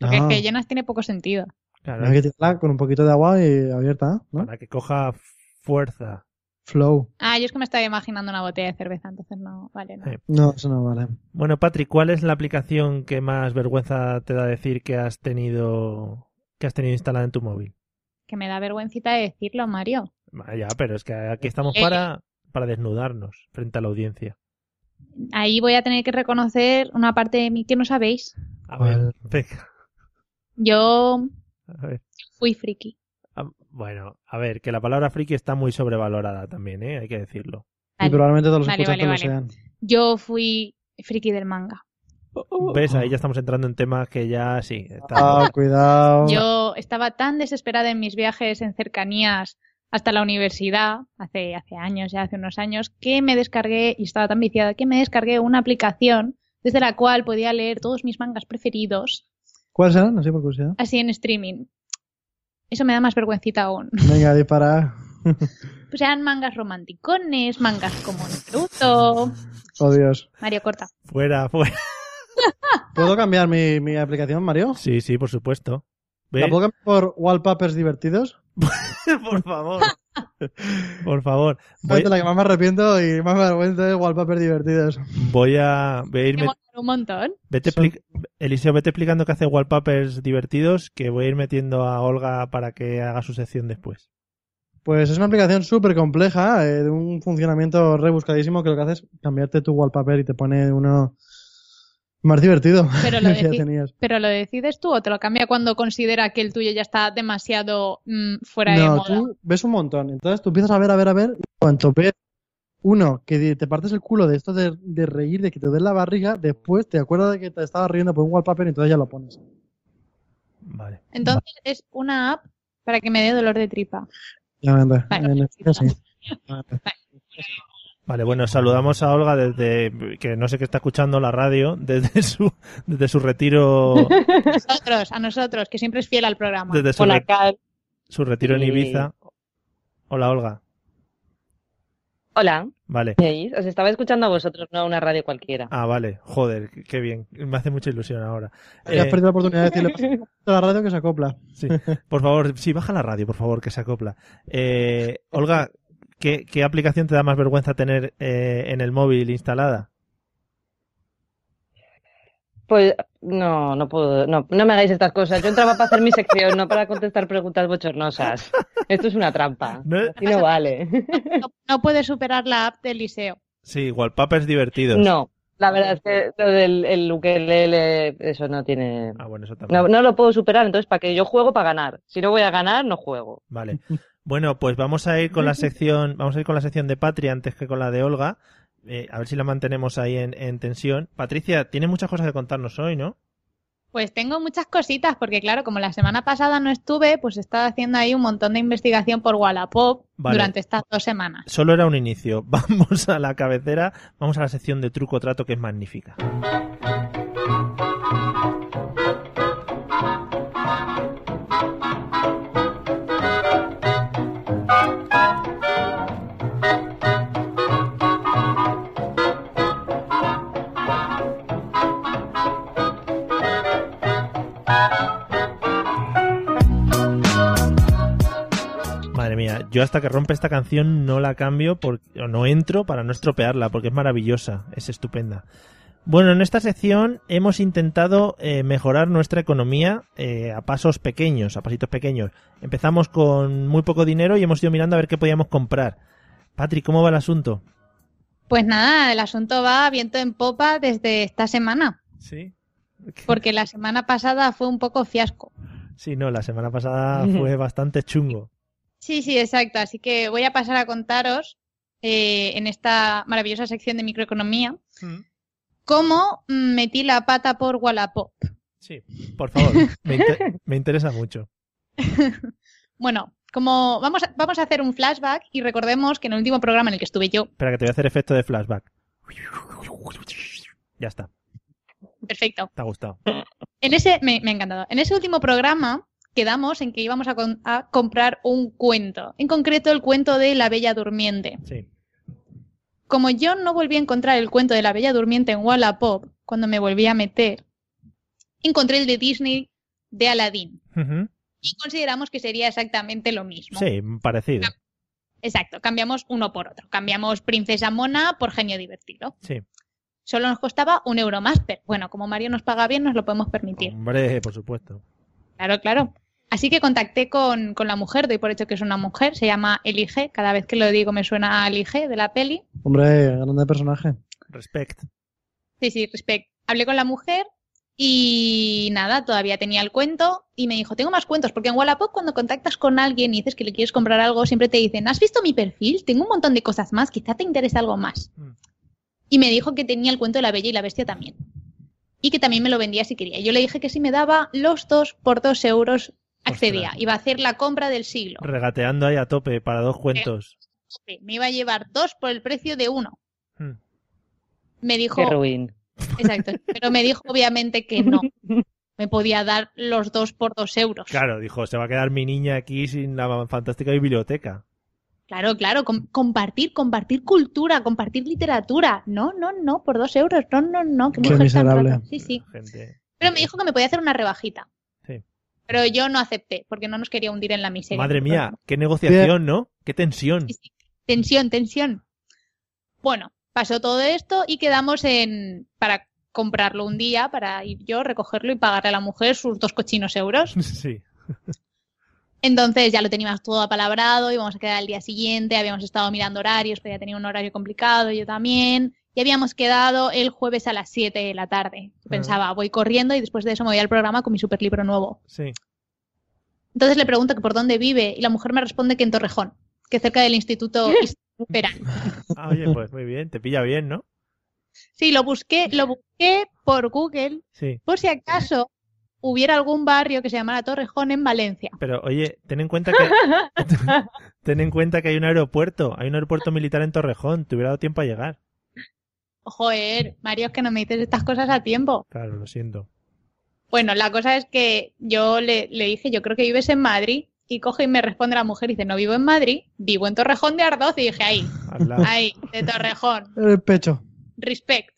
Speaker 6: Porque
Speaker 5: Ah.
Speaker 6: es que llenas tiene poco sentido.
Speaker 4: Claro,
Speaker 5: Hay que tirarla con un poquito de agua y abierta, ¿no?
Speaker 4: para que coja fuerza.
Speaker 5: Flow.
Speaker 6: Ah, yo es que me estaba imaginando una botella de cerveza, entonces no, vale, no.
Speaker 4: Sí.
Speaker 5: No, eso no vale.
Speaker 4: Bueno, Patrick, ¿cuál es la aplicación que más vergüenza te da decir que has tenido que has tenido instalada en tu móvil?
Speaker 6: Que me da vergüencita de decirlo, Mario.
Speaker 4: Ah, Ya, pero es que aquí estamos
Speaker 6: Eh.
Speaker 4: para, para desnudarnos frente a la audiencia.
Speaker 6: Ahí voy a tener que reconocer una parte de mí que no sabéis.
Speaker 4: A ver,
Speaker 5: ¿Cuál?
Speaker 4: venga,
Speaker 6: Yo
Speaker 4: a ver.
Speaker 6: fui friki.
Speaker 4: Ah, Bueno, a ver, que la palabra friki está muy sobrevalorada también, ¿eh? Hay que decirlo.
Speaker 5: Y
Speaker 6: Vale.
Speaker 5: probablemente todos los
Speaker 6: Vale,
Speaker 5: escuchantes
Speaker 6: vale,
Speaker 5: lo
Speaker 6: vale.
Speaker 5: sean.
Speaker 6: Yo fui friki del manga.
Speaker 4: ¿Ves? Ahí ya estamos entrando en temas que ya sí. está-
Speaker 5: Oh. Ah, cuidado.
Speaker 6: Yo estaba tan desesperada en mis viajes en cercanías hasta la universidad, hace, hace años, ya hace unos años, que me descargué, y estaba tan viciada, que me descargué una aplicación desde la cual podía leer todos mis mangas preferidos,
Speaker 5: ¿Cuáles eran? Así por curiosidad.
Speaker 6: así en streaming. Eso me da más vergüencita aún.
Speaker 5: Venga, dispara.
Speaker 6: Pues eran mangas romanticones, mangas como Naruto.
Speaker 5: Oh, Dios.
Speaker 6: Mario, corta.
Speaker 4: Fuera, fuera.
Speaker 5: ¿Puedo cambiar mi, mi aplicación, Mario?
Speaker 4: Sí, sí, por supuesto.
Speaker 5: ¿La
Speaker 4: ¿Ves?
Speaker 5: puedo cambiar por wallpapers divertidos?
Speaker 4: por favor. por favor. Voy,
Speaker 5: Es Pues de la que más me arrepiento y más me avergüenza es wallpapers divertidos.
Speaker 4: voy a, voy a
Speaker 6: Me
Speaker 4: irme
Speaker 6: mola un montón.
Speaker 4: Vete
Speaker 5: Son-
Speaker 4: pli- Eliseo, vete explicando que hace wallpapers divertidos que voy a ir metiendo a Olga para que haga su sección después.
Speaker 5: Pues es una aplicación súper compleja, eh, de un funcionamiento rebuscadísimo que lo que hace es cambiarte tu wallpaper y te pone uno más divertido
Speaker 6: Pero lo
Speaker 5: que ya
Speaker 6: decí-
Speaker 5: tenías.
Speaker 6: Pero lo decides tú o te lo cambia cuando considera que el tuyo ya está demasiado mm, fuera de
Speaker 5: No,
Speaker 6: moda.
Speaker 5: tú ves un montón. Entonces tú empiezas a ver, a ver, a ver. Y cuanto ves uno que di- te partes el culo de esto de, de reír, de que te ves la barriga, después te acuerdas de que te estabas riendo por un wallpaper y entonces ya lo pones.
Speaker 4: Vale.
Speaker 6: Entonces es una app para que me dé dolor de tripa.
Speaker 5: Ya, anda,
Speaker 6: Vale.
Speaker 5: en este sí.
Speaker 4: Vale, bueno, saludamos a Olga desde que no sé qué está escuchando la radio, desde su desde su retiro
Speaker 6: Nosotros, a nosotros, que siempre es fiel al programa.
Speaker 4: desde su,
Speaker 7: Hola,
Speaker 4: re-
Speaker 7: Cal.
Speaker 4: su retiro en
Speaker 7: Sí.
Speaker 4: Ibiza. Hola, Olga.
Speaker 7: Hola,
Speaker 4: Vale.
Speaker 7: ¿me oís? Os estaba escuchando a vosotros, no a una radio cualquiera.
Speaker 4: Ah, vale. Joder, qué bien. Me hace mucha ilusión ahora.
Speaker 5: Habías
Speaker 4: Eh,
Speaker 5: perdido la oportunidad de decirle a la radio que se acopla.
Speaker 4: por favor, sí, baja la radio, por favor, que se acopla. Eh, Olga, ¿qué, ¿qué aplicación te da más vergüenza tener eh, en el móvil instalada?
Speaker 7: Pues no, no puedo, no, no me hagáis estas cosas. Yo entraba para hacer mi sección, no para contestar preguntas bochornosas. Esto es una trampa.
Speaker 4: ¿No?
Speaker 7: Y no vale.
Speaker 6: No, no puedes superar la app del liceo.
Speaker 4: Sí, wallpapers divertidos.
Speaker 7: No, La verdad es que Eh, lo del el ukelele, eso no tiene.
Speaker 4: Ah, bueno, eso también.
Speaker 7: No, no lo puedo superar, entonces para que yo juego para ganar. Si no voy a ganar, no juego.
Speaker 4: Vale. Bueno, pues vamos a ir con la sección, vamos a ir con la sección de Patria antes que con la de Olga. Eh, a ver si la mantenemos ahí en, en tensión. Patricia, tiene muchas cosas que contarnos hoy, ¿no?
Speaker 6: Pues tengo muchas cositas, porque claro, como la semana pasada no estuve, pues he estado haciendo ahí un montón de investigación por Wallapop
Speaker 4: Vale.
Speaker 6: durante estas dos semanas.
Speaker 4: Solo era un inicio. Vamos a la cabecera, vamos a la sección de truco trato que es magnífica. Madre mía, yo hasta que rompe esta canción no la cambio por- o no entro para no estropearla porque es maravillosa, es estupenda. Bueno, en esta sección hemos intentado eh, mejorar nuestra economía eh, a pasos pequeños, a pasitos pequeños. Empezamos con muy poco dinero y hemos ido mirando a ver qué podíamos comprar. Patrick, ¿cómo va el asunto?
Speaker 6: Pues nada, el asunto va viento en popa desde esta semana,
Speaker 4: Sí.
Speaker 6: porque la semana pasada fue un poco fiasco.
Speaker 4: Sí, no, la semana pasada fue bastante chungo.
Speaker 6: Sí, sí, exacto. Así que voy a pasar a contaros eh, en esta maravillosa sección de microeconomía cómo mm, metí la pata por Wallapop.
Speaker 4: Sí, por favor, me, inte- me interesa mucho.
Speaker 6: Bueno, como vamos a, vamos a hacer un flashback y recordemos que en el último programa en el que estuve yo,
Speaker 4: Espera, que te voy a hacer efecto de flashback. Ya está,
Speaker 6: perfecto,
Speaker 4: te ha gustado.
Speaker 6: En ese, me, me ha encantado. En ese último programa quedamos en que íbamos a, con- a comprar un cuento. En concreto, el cuento de La Bella Durmiente.
Speaker 4: Sí.
Speaker 6: Como yo no volví a encontrar el cuento de La Bella Durmiente en Wallapop, cuando me volví a meter, encontré el de Disney de Aladdin.
Speaker 4: Ujú.
Speaker 6: Y consideramos que sería exactamente lo mismo.
Speaker 4: Sí, parecido.
Speaker 6: Ah, Exacto, cambiamos uno por otro. Cambiamos Princesa Mona por Genio Divertido.
Speaker 4: Sí.
Speaker 6: Solo nos costaba un euro más, pero bueno, como Mario nos paga bien, nos lo podemos permitir.
Speaker 4: Hombre, por supuesto.
Speaker 6: Claro, claro. Así que contacté con, con la mujer, doy por hecho que es una mujer, se llama Elige, cada vez que lo digo me suena a Elige de la peli.
Speaker 5: Hombre, grande personaje.
Speaker 4: Respect.
Speaker 6: Sí, sí, respect. Hablé con la mujer y nada, todavía tenía el cuento y me dijo, tengo más cuentos, porque en Wallapop cuando contactas con alguien y dices que le quieres comprar algo, siempre te dicen, ¿has visto mi perfil? Tengo un montón de cosas más, quizá te interesa algo más.
Speaker 4: Mm.
Speaker 6: Y me dijo que tenía el cuento de la Bella y la Bestia también. Y que también me lo vendía si quería. Yo le dije que si me daba los dos por dos euros accedía.
Speaker 4: Ostras.
Speaker 6: Iba a hacer la compra del siglo.
Speaker 4: Regateando ahí a tope para
Speaker 6: Eh.
Speaker 4: dos cuentos.
Speaker 6: Sí, Me iba a llevar dos por el precio de uno.
Speaker 4: Mm.
Speaker 6: Me dijo,
Speaker 7: Qué ruin.
Speaker 6: Exacto. Pero me dijo obviamente que no. Me podía dar los dos por dos euros.
Speaker 4: Claro, dijo, se va a quedar mi niña aquí sin la fantástica biblioteca.
Speaker 6: claro. claro, com- compartir, compartir cultura, compartir literatura. No, no, no, por dos euros. No, no, no. Qué,
Speaker 5: Qué
Speaker 6: mujer tan
Speaker 5: miserable.
Speaker 6: rata. Sí, sí.
Speaker 4: Gente.
Speaker 6: Pero me dijo que me podía hacer una rebajita.
Speaker 4: Sí.
Speaker 6: Pero yo no acepté porque no nos quería hundir en la miseria.
Speaker 4: Madre mía, qué negociación, ¿no? Qué tensión.
Speaker 6: Sí, sí. Tensión, tensión. Bueno, pasó todo esto y quedamos en para comprarlo un día, para ir yo, recogerlo y pagarle a la mujer sus dos cochinos euros.
Speaker 4: Sí.
Speaker 6: Entonces ya lo teníamos todo apalabrado, íbamos a quedar al día siguiente, habíamos estado mirando horarios, pero ya tenía un horario complicado, yo también, y habíamos quedado el jueves a las 7 de la tarde. Yo
Speaker 4: Ah.
Speaker 6: Pensaba, voy corriendo y después de eso me voy al programa con mi superlibro nuevo.
Speaker 4: Sí.
Speaker 6: Entonces le pregunto que por dónde vive y la mujer me responde que en Torrejón, que cerca del Instituto Verán.
Speaker 4: Ah, oye, pues muy bien, te pilla bien, ¿no?
Speaker 6: Sí, lo busqué, lo busqué por Google,
Speaker 4: Sí.
Speaker 6: por si acaso hubiera algún barrio que se llamara Torrejón en Valencia.
Speaker 4: Pero oye, ten en cuenta que ten en cuenta que hay un aeropuerto, hay un aeropuerto militar en Torrejón, te hubiera dado tiempo a llegar.
Speaker 6: Joder, Mario, es que no me dices estas cosas a tiempo.
Speaker 4: Claro, lo siento.
Speaker 6: Bueno, la cosa es que yo le, le dije, yo creo que vives en Madrid, y coge y me responde la mujer y dice, no vivo en Madrid, vivo en Torrejón de Ardoz, y dije, ahí,
Speaker 4: Al lado.
Speaker 6: ahí, de Torrejón,
Speaker 5: El pecho.
Speaker 6: respect.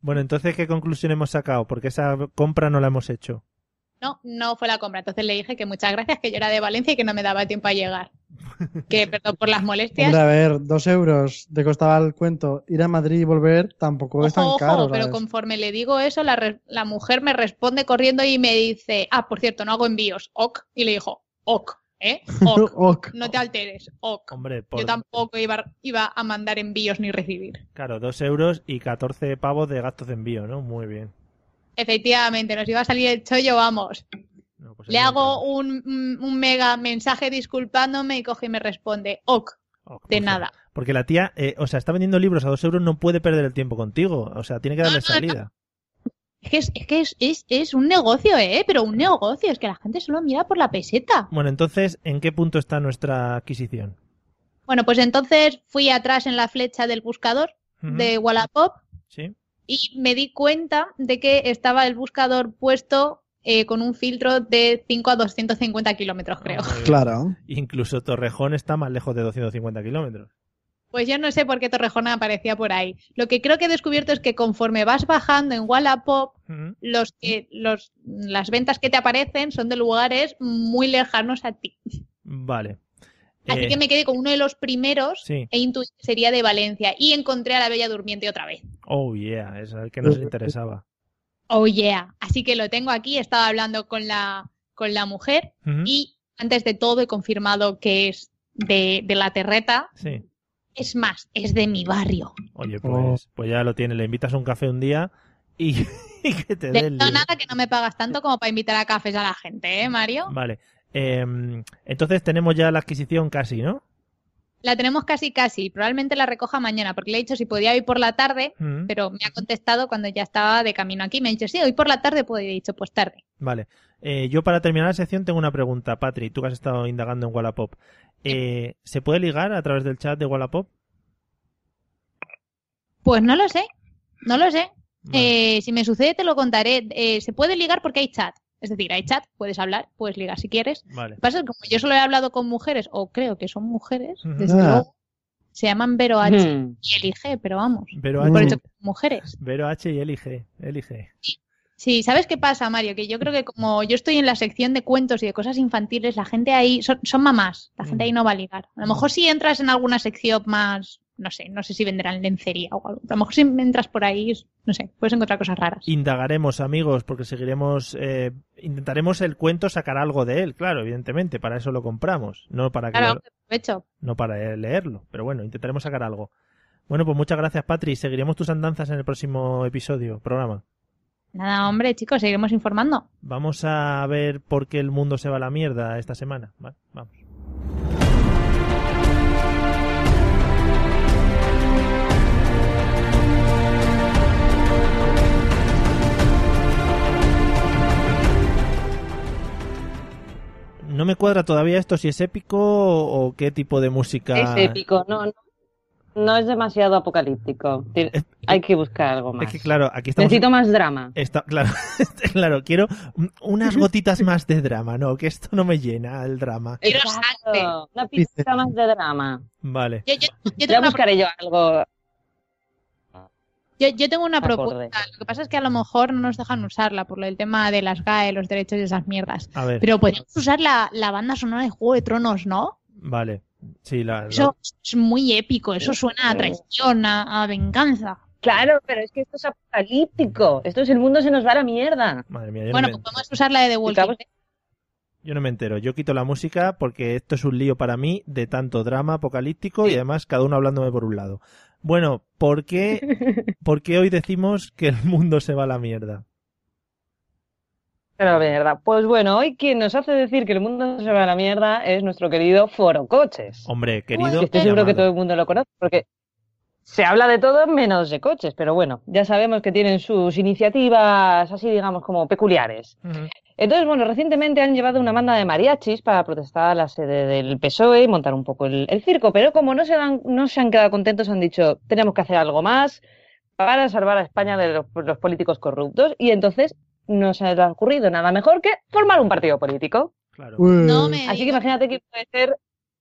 Speaker 4: Bueno, entonces qué conclusión hemos sacado, porque esa compra no la hemos hecho.
Speaker 6: No, no fue la compra. Entonces le dije que muchas gracias, que yo era de Valencia y que no me daba tiempo a llegar. Que perdón por las molestias.
Speaker 5: Hombre, a ver, dos euros te costaba el cuento. Ir a Madrid y volver tampoco es tan
Speaker 6: Ojo,
Speaker 5: caro.
Speaker 6: ojo, pero
Speaker 5: ¿sabes?
Speaker 6: conforme le digo eso, la, re- la mujer me responde corriendo y me dice, ah, por cierto, no hago envíos, ok, y le dijo, ok, ¿eh? Ok.
Speaker 5: Ok.
Speaker 6: No te alteres, ok.
Speaker 4: Hombre, por,
Speaker 6: Yo tampoco iba, iba a mandar envíos ni recibir.
Speaker 4: claro, dos euros y 14 pavos de gastos de envío, ¿no? Muy bien.
Speaker 6: Efectivamente, nos iba a salir el chollo, vamos.
Speaker 4: No, pues
Speaker 6: Le
Speaker 4: ahí
Speaker 6: hago
Speaker 4: no
Speaker 6: un, un- mm, un mega mensaje disculpándome y coge y me responde, ok,
Speaker 4: entra. Oh,
Speaker 6: de
Speaker 4: por
Speaker 6: nada.
Speaker 4: favor. Porque la tía, eh, o sea, está vendiendo libros a dos euros, no puede perder el tiempo contigo. O sea, tiene que darle
Speaker 6: No, no, no.
Speaker 4: salida.
Speaker 6: Es que, es, es que es, es- es un negocio, ¿eh? Pero un negocio, es que la gente solo mira por la peseta.
Speaker 4: Bueno, entonces, ¿en qué punto está nuestra adquisición?
Speaker 6: Bueno, pues entonces fui atrás en la flecha del buscador
Speaker 4: Ujú.
Speaker 6: de Wallapop
Speaker 4: Sí.
Speaker 6: y me di cuenta de que estaba el buscador puesto eh, con un filtro de 5 a 250 kilómetros, creo.
Speaker 4: Ah, muy bien.
Speaker 5: Claro.
Speaker 4: Incluso Torrejón está más lejos de 250 kilómetros.
Speaker 6: Pues yo no sé por qué Torrejón aparecía por ahí. Lo que creo que he descubierto es que conforme vas bajando en Wallapop,
Speaker 4: Ujú.
Speaker 6: los que, los, las ventas que te aparecen son de lugares muy lejanos a ti.
Speaker 4: Vale.
Speaker 6: Así
Speaker 4: Eh,
Speaker 6: que me quedé con uno de los primeros
Speaker 4: Sí.
Speaker 6: e intuí que sería de Valencia y encontré a la Bella Durmiente otra vez.
Speaker 4: Oh, yeah, es el que nos interesaba.
Speaker 6: Oh yeah. Así que lo tengo aquí, he estado hablando con la, con la mujer
Speaker 4: Ujú.
Speaker 6: y antes de todo he confirmado que es de, de la terreta.
Speaker 4: Sí.
Speaker 6: Es más, es de mi barrio.
Speaker 4: Oye, pues, pues ya lo tiene. Le invitas a un café un día y, y que te dé
Speaker 6: De
Speaker 4: el
Speaker 6: no
Speaker 4: lío.
Speaker 6: nada que no me pagas tanto como para invitar a cafés a la gente, ¿eh, Mario?
Speaker 4: Vale. Em, entonces tenemos ya la adquisición casi, ¿no?
Speaker 6: La tenemos casi casi, probablemente la recoja mañana, porque le he dicho si podía ir por la tarde,
Speaker 4: Ujú.
Speaker 6: pero me ha contestado cuando ya estaba de camino aquí. Me ha dicho, sí, hoy por la tarde puedo ir. He dicho, pues tarde.
Speaker 4: Vale. Eh, yo para terminar la sección tengo una pregunta, Patri. Tú que has estado indagando en Wallapop. Eh, ¿Se puede ligar a través del chat de Wallapop?
Speaker 6: Pues no lo sé, no lo sé.
Speaker 4: Vale.
Speaker 6: Eh, si me sucede, te lo contaré. Eh, se puede ligar porque hay chat. Es decir, hay chat, puedes hablar, puedes ligar si quieres.
Speaker 4: Vale.
Speaker 6: Lo que pasa es que como yo solo he hablado con mujeres, o creo que son mujeres,
Speaker 4: Ujú.
Speaker 6: desde
Speaker 5: Ah.
Speaker 6: luego, se llaman Vero H
Speaker 7: Hmm.
Speaker 6: y elige, pero vamos.
Speaker 4: Vero
Speaker 5: Mm.
Speaker 6: Por
Speaker 4: H,
Speaker 6: eso que son mujeres.
Speaker 4: Vero H y LIG. LIG.
Speaker 6: Sí, ¿sabes qué pasa, Mario? Que yo creo que como yo estoy en la sección de cuentos y de cosas infantiles, la gente ahí son, son mamás, la gente
Speaker 4: Mm.
Speaker 6: ahí no va a ligar. A lo mejor si entras en alguna sección más, no sé, no sé si venderán lencería o algo. A lo mejor si entras por ahí, no sé, puedes encontrar cosas raras.
Speaker 4: Indagaremos, amigos, porque seguiremos. eh, intentaremos el cuento sacar algo de él, claro, evidentemente. Para eso lo compramos, no para, que
Speaker 6: Claro,
Speaker 4: lo-
Speaker 6: aprovecho.
Speaker 4: no para leerlo. Pero bueno, intentaremos sacar algo. Bueno, pues muchas gracias, Patri. Seguiremos tus andanzas en el próximo episodio, programa.
Speaker 6: Nada, hombre, chicos, seguiremos informando.
Speaker 4: Vamos a ver por qué el mundo se va a la mierda esta semana. Vale, vamos. No me cuadra todavía esto si es épico o qué tipo de música.
Speaker 7: Es épico, no, no, no es demasiado apocalíptico. Tien-
Speaker 4: Es-
Speaker 7: Hay que pues buscar algo más.
Speaker 4: Es que claro, aquí estamos.
Speaker 7: Necesito más drama.
Speaker 4: Está- claro, claro, quiero un- unas gotitas más de drama, no, que esto no me llena el drama.
Speaker 6: Quiero
Speaker 7: Exacto,
Speaker 6: sangre.
Speaker 7: Una pizca más de drama.
Speaker 4: Vale.
Speaker 6: Yo, yo- yo tengo,
Speaker 7: Ya
Speaker 6: una,
Speaker 7: buscaré yo algo.
Speaker 6: yo- yo tengo una
Speaker 7: Acorde.
Speaker 6: propuesta. Lo que pasa es que a lo mejor no nos dejan usarla por el tema de las GAE, los derechos y esas mierdas.
Speaker 4: A ver,
Speaker 6: Pero podríamos usar la, la banda sonora de Juego de Tronos, ¿no?
Speaker 4: vale. Sí, la, la-
Speaker 6: Eso es muy épico, eso suena a traición, a, a venganza.
Speaker 7: Claro, pero es que esto es apocalíptico. Esto es el mundo se nos va a la mierda.
Speaker 4: Madre mía, yo,
Speaker 6: Bueno,
Speaker 4: no me,
Speaker 6: pues podemos usar la de The Walking
Speaker 7: Estamos-
Speaker 6: Dead.
Speaker 4: yo no me entero. Yo quito la música porque esto es un lío para mí de tanto drama apocalíptico y además cada uno hablándome por un lado. Bueno, ¿por qué, por qué hoy decimos que el mundo se va a la mierda?
Speaker 7: Pero la mierda. Pues bueno, hoy quien nos hace decir que el mundo se va a la mierda es nuestro querido Foro Coches.
Speaker 4: Hombre, querido.
Speaker 7: Que estoy seguro que todo
Speaker 4: llamado.
Speaker 7: el mundo lo conoce, porque se habla de todo menos de coches, pero bueno, ya sabemos que tienen sus iniciativas así, digamos, como peculiares.
Speaker 4: Ujú.
Speaker 7: Entonces, bueno, recientemente han llevado una banda de mariachis para protestar a la sede del PSOE E y montar un poco el, el circo, pero como no se, dan, no se han quedado contentos, han dicho, tenemos que hacer algo más para salvar a España de los, los políticos corruptos, y entonces no se les ha ocurrido nada mejor que formar un partido político.
Speaker 4: Claro.
Speaker 6: No me
Speaker 7: Mm. Así que
Speaker 6: digas.
Speaker 7: imagínate quién puede ser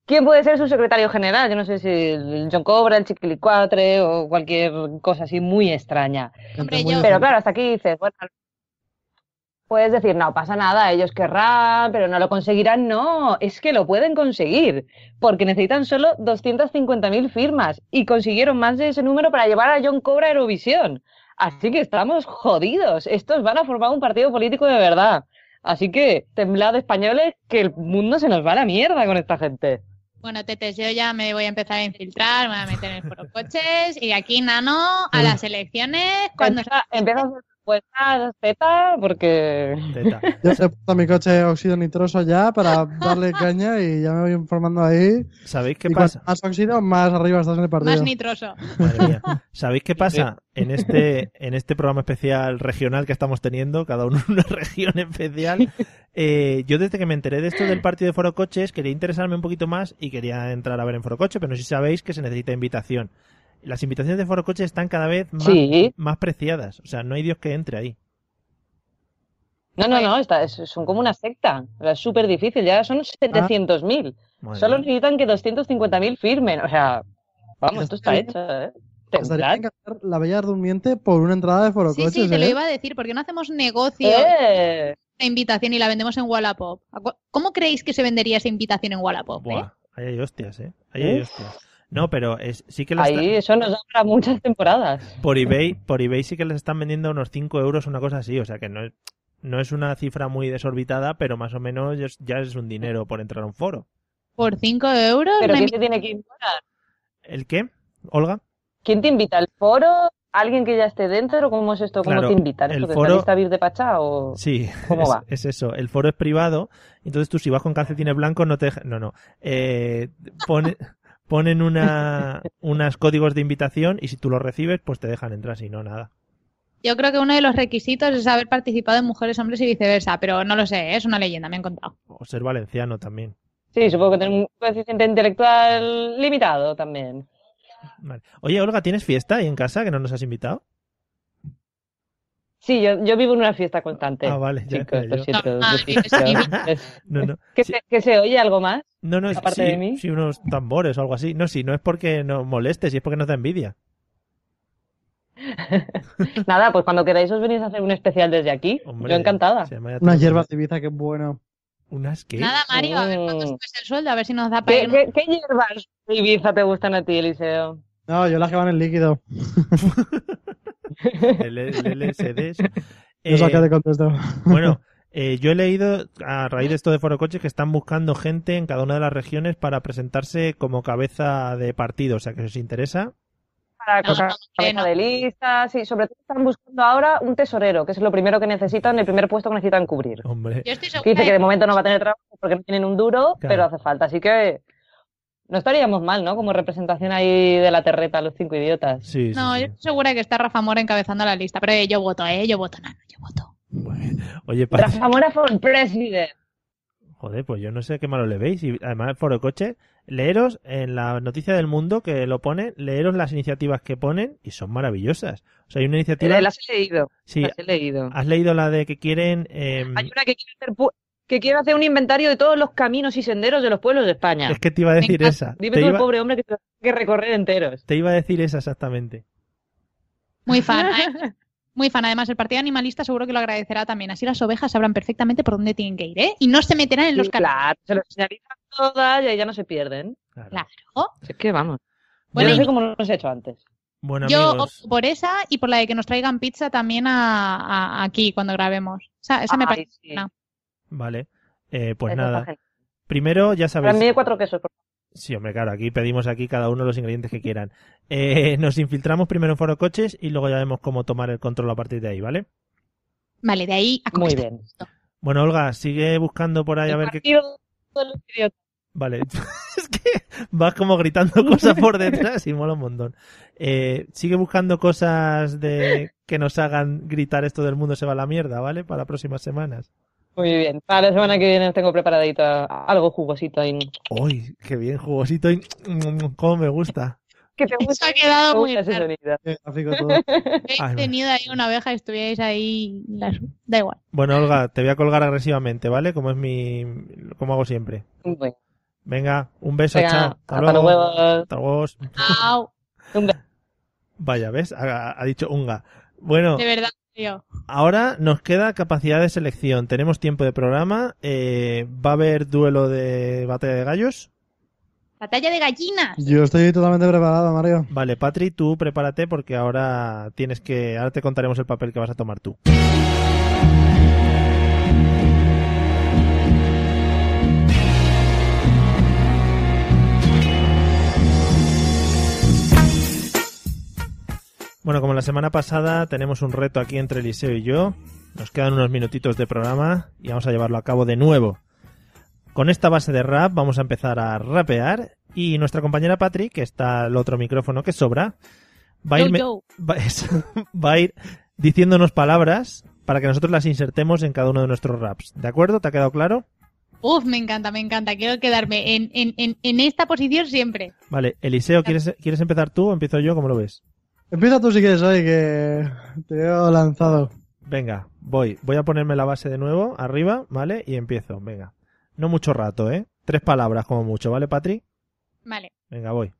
Speaker 7: quién puede ser su secretario general. Yo no sé si el John Cobra, el Chiquilicuatre o cualquier cosa así muy extraña.
Speaker 6: Hombre, yo-
Speaker 7: Pero claro, hasta aquí dices, bueno, puedes decir, no pasa nada, ellos querrán, pero no lo conseguirán. No, es que lo pueden conseguir, porque necesitan solo 250.000 firmas y consiguieron más de ese número para llevar a John Cobra a Eurovisión. Así que estamos jodidos. Estos van a formar un partido político de verdad. Así que, temblad españoles, que el mundo se nos va a la mierda con esta gente.
Speaker 6: Bueno, tetes, yo ya me voy a empezar a infiltrar, me voy a meter en el foro coches y aquí, nano,
Speaker 7: Mm.
Speaker 6: a las elecciones, cuando
Speaker 7: Empieza- empieza a hacer puestas, Z, porque
Speaker 4: Teta.
Speaker 5: Ya se he puesto mi coche óxido nitroso ya para darle caña y ya me voy informando ahí.
Speaker 4: ¿Sabéis qué
Speaker 5: Y
Speaker 4: pasa?
Speaker 5: cuanto Más óxido, más arriba estás en el partido.
Speaker 6: más nitroso.
Speaker 4: Madre mía. ¿Sabéis qué pasa? En este, en este programa especial regional que estamos teniendo, cada uno en una región especial, eh, yo desde que me enteré de esto del partido de Foro Coches, quería interesarme un poquito más y quería entrar a ver en Foro Coche, pero no sé si sabéis que se necesita invitación. Las invitaciones de Foro Coche están cada vez más,
Speaker 7: sí.
Speaker 4: más preciadas. O sea, no hay Dios que entre ahí.
Speaker 7: No, no, no, está- es- son como una secta. O sea, Es súper difícil, ya
Speaker 4: Ah,
Speaker 7: son 700.000.
Speaker 4: Madre
Speaker 7: Solo
Speaker 4: mía.
Speaker 7: necesitan que 250.000 firmen. O sea, vamos, esto está
Speaker 5: Estaría-
Speaker 7: hecho, ¿eh?
Speaker 5: Estaría
Speaker 7: Temblad.
Speaker 5: bien cambiar la Bella Durmiente por una entrada de foro
Speaker 6: Sí,
Speaker 5: coches,
Speaker 6: sí, te lo
Speaker 5: ¿eh?
Speaker 6: iba a decir, porque no hacemos negocio de
Speaker 7: ¡Eh!
Speaker 6: una invitación y la vendemos en Wallapop. ¿A cu- ¿Cómo creéis que se vendería esa invitación en Wallapop? eh?
Speaker 4: Buah, ahí hay hostias, ¿eh? Ahí hay
Speaker 7: Uf.
Speaker 4: hostias. No, pero es, sí que las tra-
Speaker 7: Ahí eso nos da para muchas temporadas.
Speaker 4: por eBay, por eBay sí que les están vendiendo unos 5 euros, una cosa así, o sea que no es, no es una cifra muy desorbitada, pero más o menos ya es- ya es un dinero por entrar a un foro.
Speaker 6: Por 5 euros,
Speaker 7: Pero
Speaker 6: una
Speaker 7: ¿quién
Speaker 6: invi-
Speaker 7: te tiene que invitar?
Speaker 4: ¿El qué? ¿Olga?
Speaker 7: ¿Quién te invita? ¿El foro? ¿Alguien que ya esté dentro? ¿Cómo es esto? ¿Cómo
Speaker 4: Claro,
Speaker 7: te invitan? ¿Esto
Speaker 4: el
Speaker 7: que
Speaker 4: foro-
Speaker 7: saliste a vivir de Pachá o...?
Speaker 4: Sí,
Speaker 7: ¿Cómo
Speaker 4: es,
Speaker 7: va?
Speaker 4: es eso. El foro es privado, entonces tú si vas con calcetines blancos no te deja- No, no. Eh, pone- ponen una, unos códigos de invitación y si tú los recibes, pues te dejan entrar, si no, nada.
Speaker 6: yo creo que uno de los requisitos es haber participado en Mujeres, Hombres y Viceversa, pero no lo sé, ¿eh? es una leyenda, me han contado.
Speaker 4: O ser valenciano también.
Speaker 7: Sí, supongo que tiene un coeficiente intelectual limitado también.
Speaker 4: Vale. Oye, Olga, ¿tienes fiesta ahí en casa que no nos has invitado?
Speaker 7: Sí, yo, yo vivo en una fiesta constante.
Speaker 4: Ah, vale, ya
Speaker 7: Chicos,
Speaker 4: decía
Speaker 7: lo
Speaker 4: yo.
Speaker 7: siento,
Speaker 6: Ah,
Speaker 7: lo siento.
Speaker 6: sí,
Speaker 7: Es-
Speaker 4: No, no.
Speaker 7: ¿Que,
Speaker 4: Sí.
Speaker 7: se, que se oye algo más?
Speaker 4: No, no, es
Speaker 7: Aparte
Speaker 4: sí,
Speaker 7: de mí.
Speaker 4: sí, unos tambores o algo así. No, sí, no es porque nos moleste, sí es porque nos da envidia.
Speaker 7: Nada, pues cuando queráis os venís a hacer un especial desde aquí.
Speaker 4: Hombre,
Speaker 7: yo encantada.
Speaker 4: se llama ya
Speaker 5: Una
Speaker 4: todo.
Speaker 5: hierba civiliza, qué bueno.
Speaker 4: ¿Unas qué?
Speaker 6: Nada, Mario, a ver cuánto
Speaker 7: Mm.
Speaker 6: subes el sueldo, a ver si nos da para
Speaker 7: ¿Qué,
Speaker 6: irnos.
Speaker 7: qué, qué hierbas de Ibiza te gustan a ti, Eliseo?
Speaker 5: No, yo las que van en líquido.
Speaker 4: El, el LSD. eso.
Speaker 5: Yo sé
Speaker 4: Eh,
Speaker 5: que te contesto.
Speaker 4: bueno, eh, yo he leído a raíz de esto de Foro Coches que están buscando gente en cada una de las regiones para presentarse como cabeza de partido. O sea, que si os interesa,
Speaker 7: Para
Speaker 6: No,
Speaker 7: cosas
Speaker 6: hombre, no.
Speaker 7: de listas y Ah, sobre todo están buscando ahora un tesorero, que es lo primero que necesitan, el primer puesto que necesitan cubrir.
Speaker 4: hombre.
Speaker 6: Yo estoy
Speaker 7: Que
Speaker 6: segura
Speaker 7: dice que
Speaker 6: de
Speaker 7: de momento no va a tener trabajo porque no tienen un duro,
Speaker 4: Claro.
Speaker 7: pero hace falta. Así que no estaríamos mal, ¿no? Como representación ahí de la terreta, los cinco idiotas.
Speaker 4: Sí, sí,
Speaker 6: No,
Speaker 4: sí.
Speaker 6: yo estoy segura que está Rafa Mora encabezando la lista, pero eh, yo voto, eh, yo voto, nano, yo voto.
Speaker 4: Oye, pa-
Speaker 7: Rafa Mora for president.
Speaker 4: Joder, pues yo no sé qué malo le veis. Y además, Foro Coche, leeros en la noticia del mundo que lo pone, leeros las iniciativas que ponen y son maravillosas. O sea, hay una iniciativa.
Speaker 7: Eh, Las he leído,
Speaker 4: Sí, ah,
Speaker 7: las he leído.
Speaker 4: has leído la de que quieren. eh,
Speaker 7: Hay una que quiere hacer pu- que quiere hacer un inventario de todos los caminos y senderos de los pueblos de España.
Speaker 4: es que te iba a decir
Speaker 6: Venga,
Speaker 4: esa.
Speaker 7: Dime
Speaker 4: Te
Speaker 7: tú el
Speaker 4: iba,
Speaker 7: pobre hombre que tiene que recorrer enteros.
Speaker 4: te iba a decir esa exactamente.
Speaker 6: Muy fan, ¿eh? muy fan. Además, el Partido Animalista seguro que lo agradecerá también. Así las ovejas sabrán perfectamente por dónde tienen que ir, ¿eh? Y no se meterán en los
Speaker 7: Sí,
Speaker 6: canales.
Speaker 7: claro, se los señalizan todas y ahí ya no se pierden.
Speaker 4: Claro.
Speaker 6: Claro.
Speaker 7: Es que vamos.
Speaker 6: Bueno,
Speaker 7: yo no sé
Speaker 6: y-
Speaker 7: cómo no los he hecho antes.
Speaker 4: Bueno,
Speaker 6: Yo
Speaker 4: amigos,
Speaker 6: opto por esa y por la de que nos traigan pizza también a, a- aquí cuando grabemos. O sea, esa me
Speaker 7: Ay,
Speaker 6: parece.
Speaker 7: sí.
Speaker 6: no.
Speaker 4: vale. Eh, pues
Speaker 7: Eso
Speaker 4: nada.
Speaker 7: está genial.
Speaker 4: Primero, ya
Speaker 7: Para
Speaker 4: sabéis.
Speaker 7: mí cuatro quesos. por
Speaker 4: Sí, hombre, claro, aquí pedimos aquí cada uno los ingredientes que quieran. Eh, nos infiltramos primero en Foro Coches y luego ya vemos cómo tomar el control a partir de ahí, ¿vale?
Speaker 6: Vale, de ahí a
Speaker 7: favor. Muy
Speaker 6: conquistar.
Speaker 7: bien.
Speaker 4: Bueno, Olga, sigue buscando por ahí a
Speaker 7: El
Speaker 4: ver qué.
Speaker 7: partido de los idiotas.
Speaker 4: Vale, es que vas como gritando cosas por detrás y mola un montón. Eh, sigue buscando cosas de que nos hagan gritar esto del mundo se va a la mierda, ¿vale? Para próximas semanas.
Speaker 7: Muy bien. Para la semana que viene os tengo preparadito algo jugosito ahí.
Speaker 4: ¡Uy, qué bien jugosito! y ¡Cómo me gusta!
Speaker 7: Que te
Speaker 6: Eso
Speaker 7: gusta,
Speaker 6: ha quedado
Speaker 7: te
Speaker 6: muy
Speaker 7: gusta ese
Speaker 6: claro.
Speaker 7: sonido.
Speaker 5: Qué gráfico todo.
Speaker 4: Ay,
Speaker 6: He tenido ahí una oveja y estuvierais ahí. las- Da igual.
Speaker 4: Bueno, Olga, te voy a colgar agresivamente, ¿vale? Como es mi... como hago siempre.
Speaker 7: Muy bien.
Speaker 4: Venga, un beso,
Speaker 7: Venga,
Speaker 4: chao.
Speaker 7: hasta luego.
Speaker 4: Hasta luego.
Speaker 6: Au,
Speaker 7: Un beso.
Speaker 4: Vaya, ¿ves? Ha, ha dicho unga. Bueno,
Speaker 6: de verdad, tío.
Speaker 4: Ahora nos queda capacidad de selección. Tenemos tiempo de programa. eh, va a haber duelo de batalla de gallos.
Speaker 6: Batalla de gallinas.
Speaker 5: Yo estoy totalmente preparado, Mario.
Speaker 4: Vale, Patri, tú prepárate porque ahora tienes que. Ahora te contaremos el papel que vas a tomar tú. Bueno, como la semana pasada tenemos un reto aquí entre Eliseo y yo, nos quedan unos minutitos de programa y vamos a llevarlo a cabo de nuevo. Con esta base de rap vamos a empezar a rapear y nuestra compañera Patrick, que está al otro micrófono que sobra, va a
Speaker 6: Yo,
Speaker 4: irme-
Speaker 6: yo.
Speaker 4: va, es- va a ir diciéndonos palabras para que nosotros las insertemos en cada uno de nuestros raps. ¿De acuerdo? ¿Te ha quedado claro?
Speaker 6: Uf, me encanta, me encanta. Quiero quedarme en, en, en, en esta posición siempre.
Speaker 4: Vale, Eliseo, ¿quieres, ¿quieres empezar tú o empiezo yo? ¿Cómo lo ves?
Speaker 5: Empieza tú si quieres, oye, que te veo lanzado.
Speaker 4: Venga, voy. Voy a ponerme la base de nuevo, arriba, ¿vale? Y empiezo, venga. No mucho rato, ¿eh? Tres palabras como mucho, ¿vale, Patri?
Speaker 6: Vale.
Speaker 4: Venga, voy.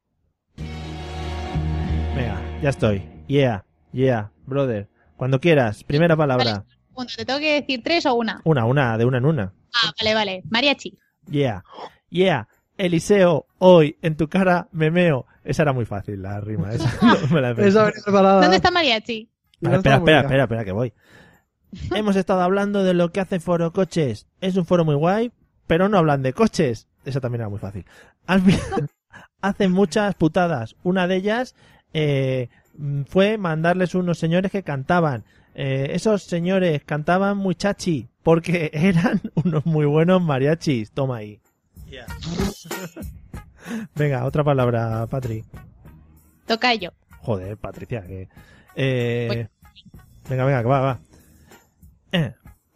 Speaker 4: Venga, ya estoy. Yeah, yeah, brother. Cuando quieras, primera palabra.
Speaker 6: Bueno, ¿Te tengo que decir tres o una?
Speaker 4: Una, una, de una en una.
Speaker 6: Ah, vale, vale. Mariachi.
Speaker 4: Yeah, yeah. Eliseo, hoy, en tu cara, me meo. Esa era muy fácil, la rima. Esa, no me la he
Speaker 5: Esa
Speaker 4: pensado.
Speaker 5: venía preparada.
Speaker 6: ¿Dónde está Mariachi?
Speaker 5: Y no
Speaker 4: Vale, espera,
Speaker 5: estaba
Speaker 4: espera,
Speaker 5: muy bien.
Speaker 4: espera, espera, que voy. Hemos estado hablando de lo que hace Foro Coches. Es un foro muy guay, pero no hablan de coches. Esa también era muy fácil. Al final, hacen muchas putadas. Una de ellas eh, mm, fue mandarles unos señores que cantaban. Eh, esos señores cantaban muy chachi, porque eran unos muy buenos mariachis. Toma ahí. Venga, otra palabra, Patri.
Speaker 6: Tocayo.
Speaker 4: Joder, Patricia, que. Eh... Venga, venga, que va, va. Eh,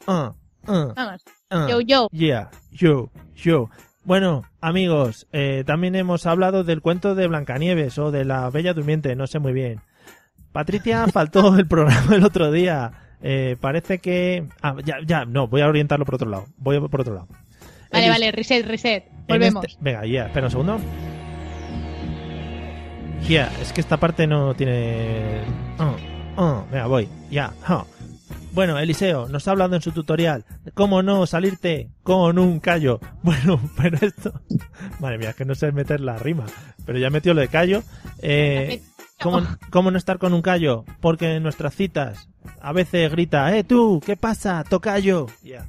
Speaker 4: ah, ah,
Speaker 6: Vamos.
Speaker 4: ah.
Speaker 6: Yo, yo.
Speaker 4: Yeah, yo, yo. Bueno, amigos, eh, también hemos hablado del cuento de Blancanieves o de la Bella Durmiente, no sé muy bien. Patricia faltó el programa el otro día. Eh, parece que. Ah, ya, ya, no, voy a orientarlo por otro lado. Voy por otro lado.
Speaker 6: Vale,
Speaker 4: Elis-
Speaker 6: vale. Reset, reset.
Speaker 4: este en
Speaker 6: Volvemos.
Speaker 4: este- Venga, ya, espera un segundo. Ya, es que esta parte no tiene. Ah, ah, venga, voy. Ya. ja. Bueno, Eliseo, nos ha hablado en su tutorial de cómo no salirte con un callo. Bueno, pero esto. Madre mía, que no sé meter la rima. Pero ya metió lo de callo. Eh, ¿cómo, cómo no estar con un callo? Porque en nuestras citas a veces grita, ¡eh tú! ¿Qué pasa? ¡Tocayo! Ya.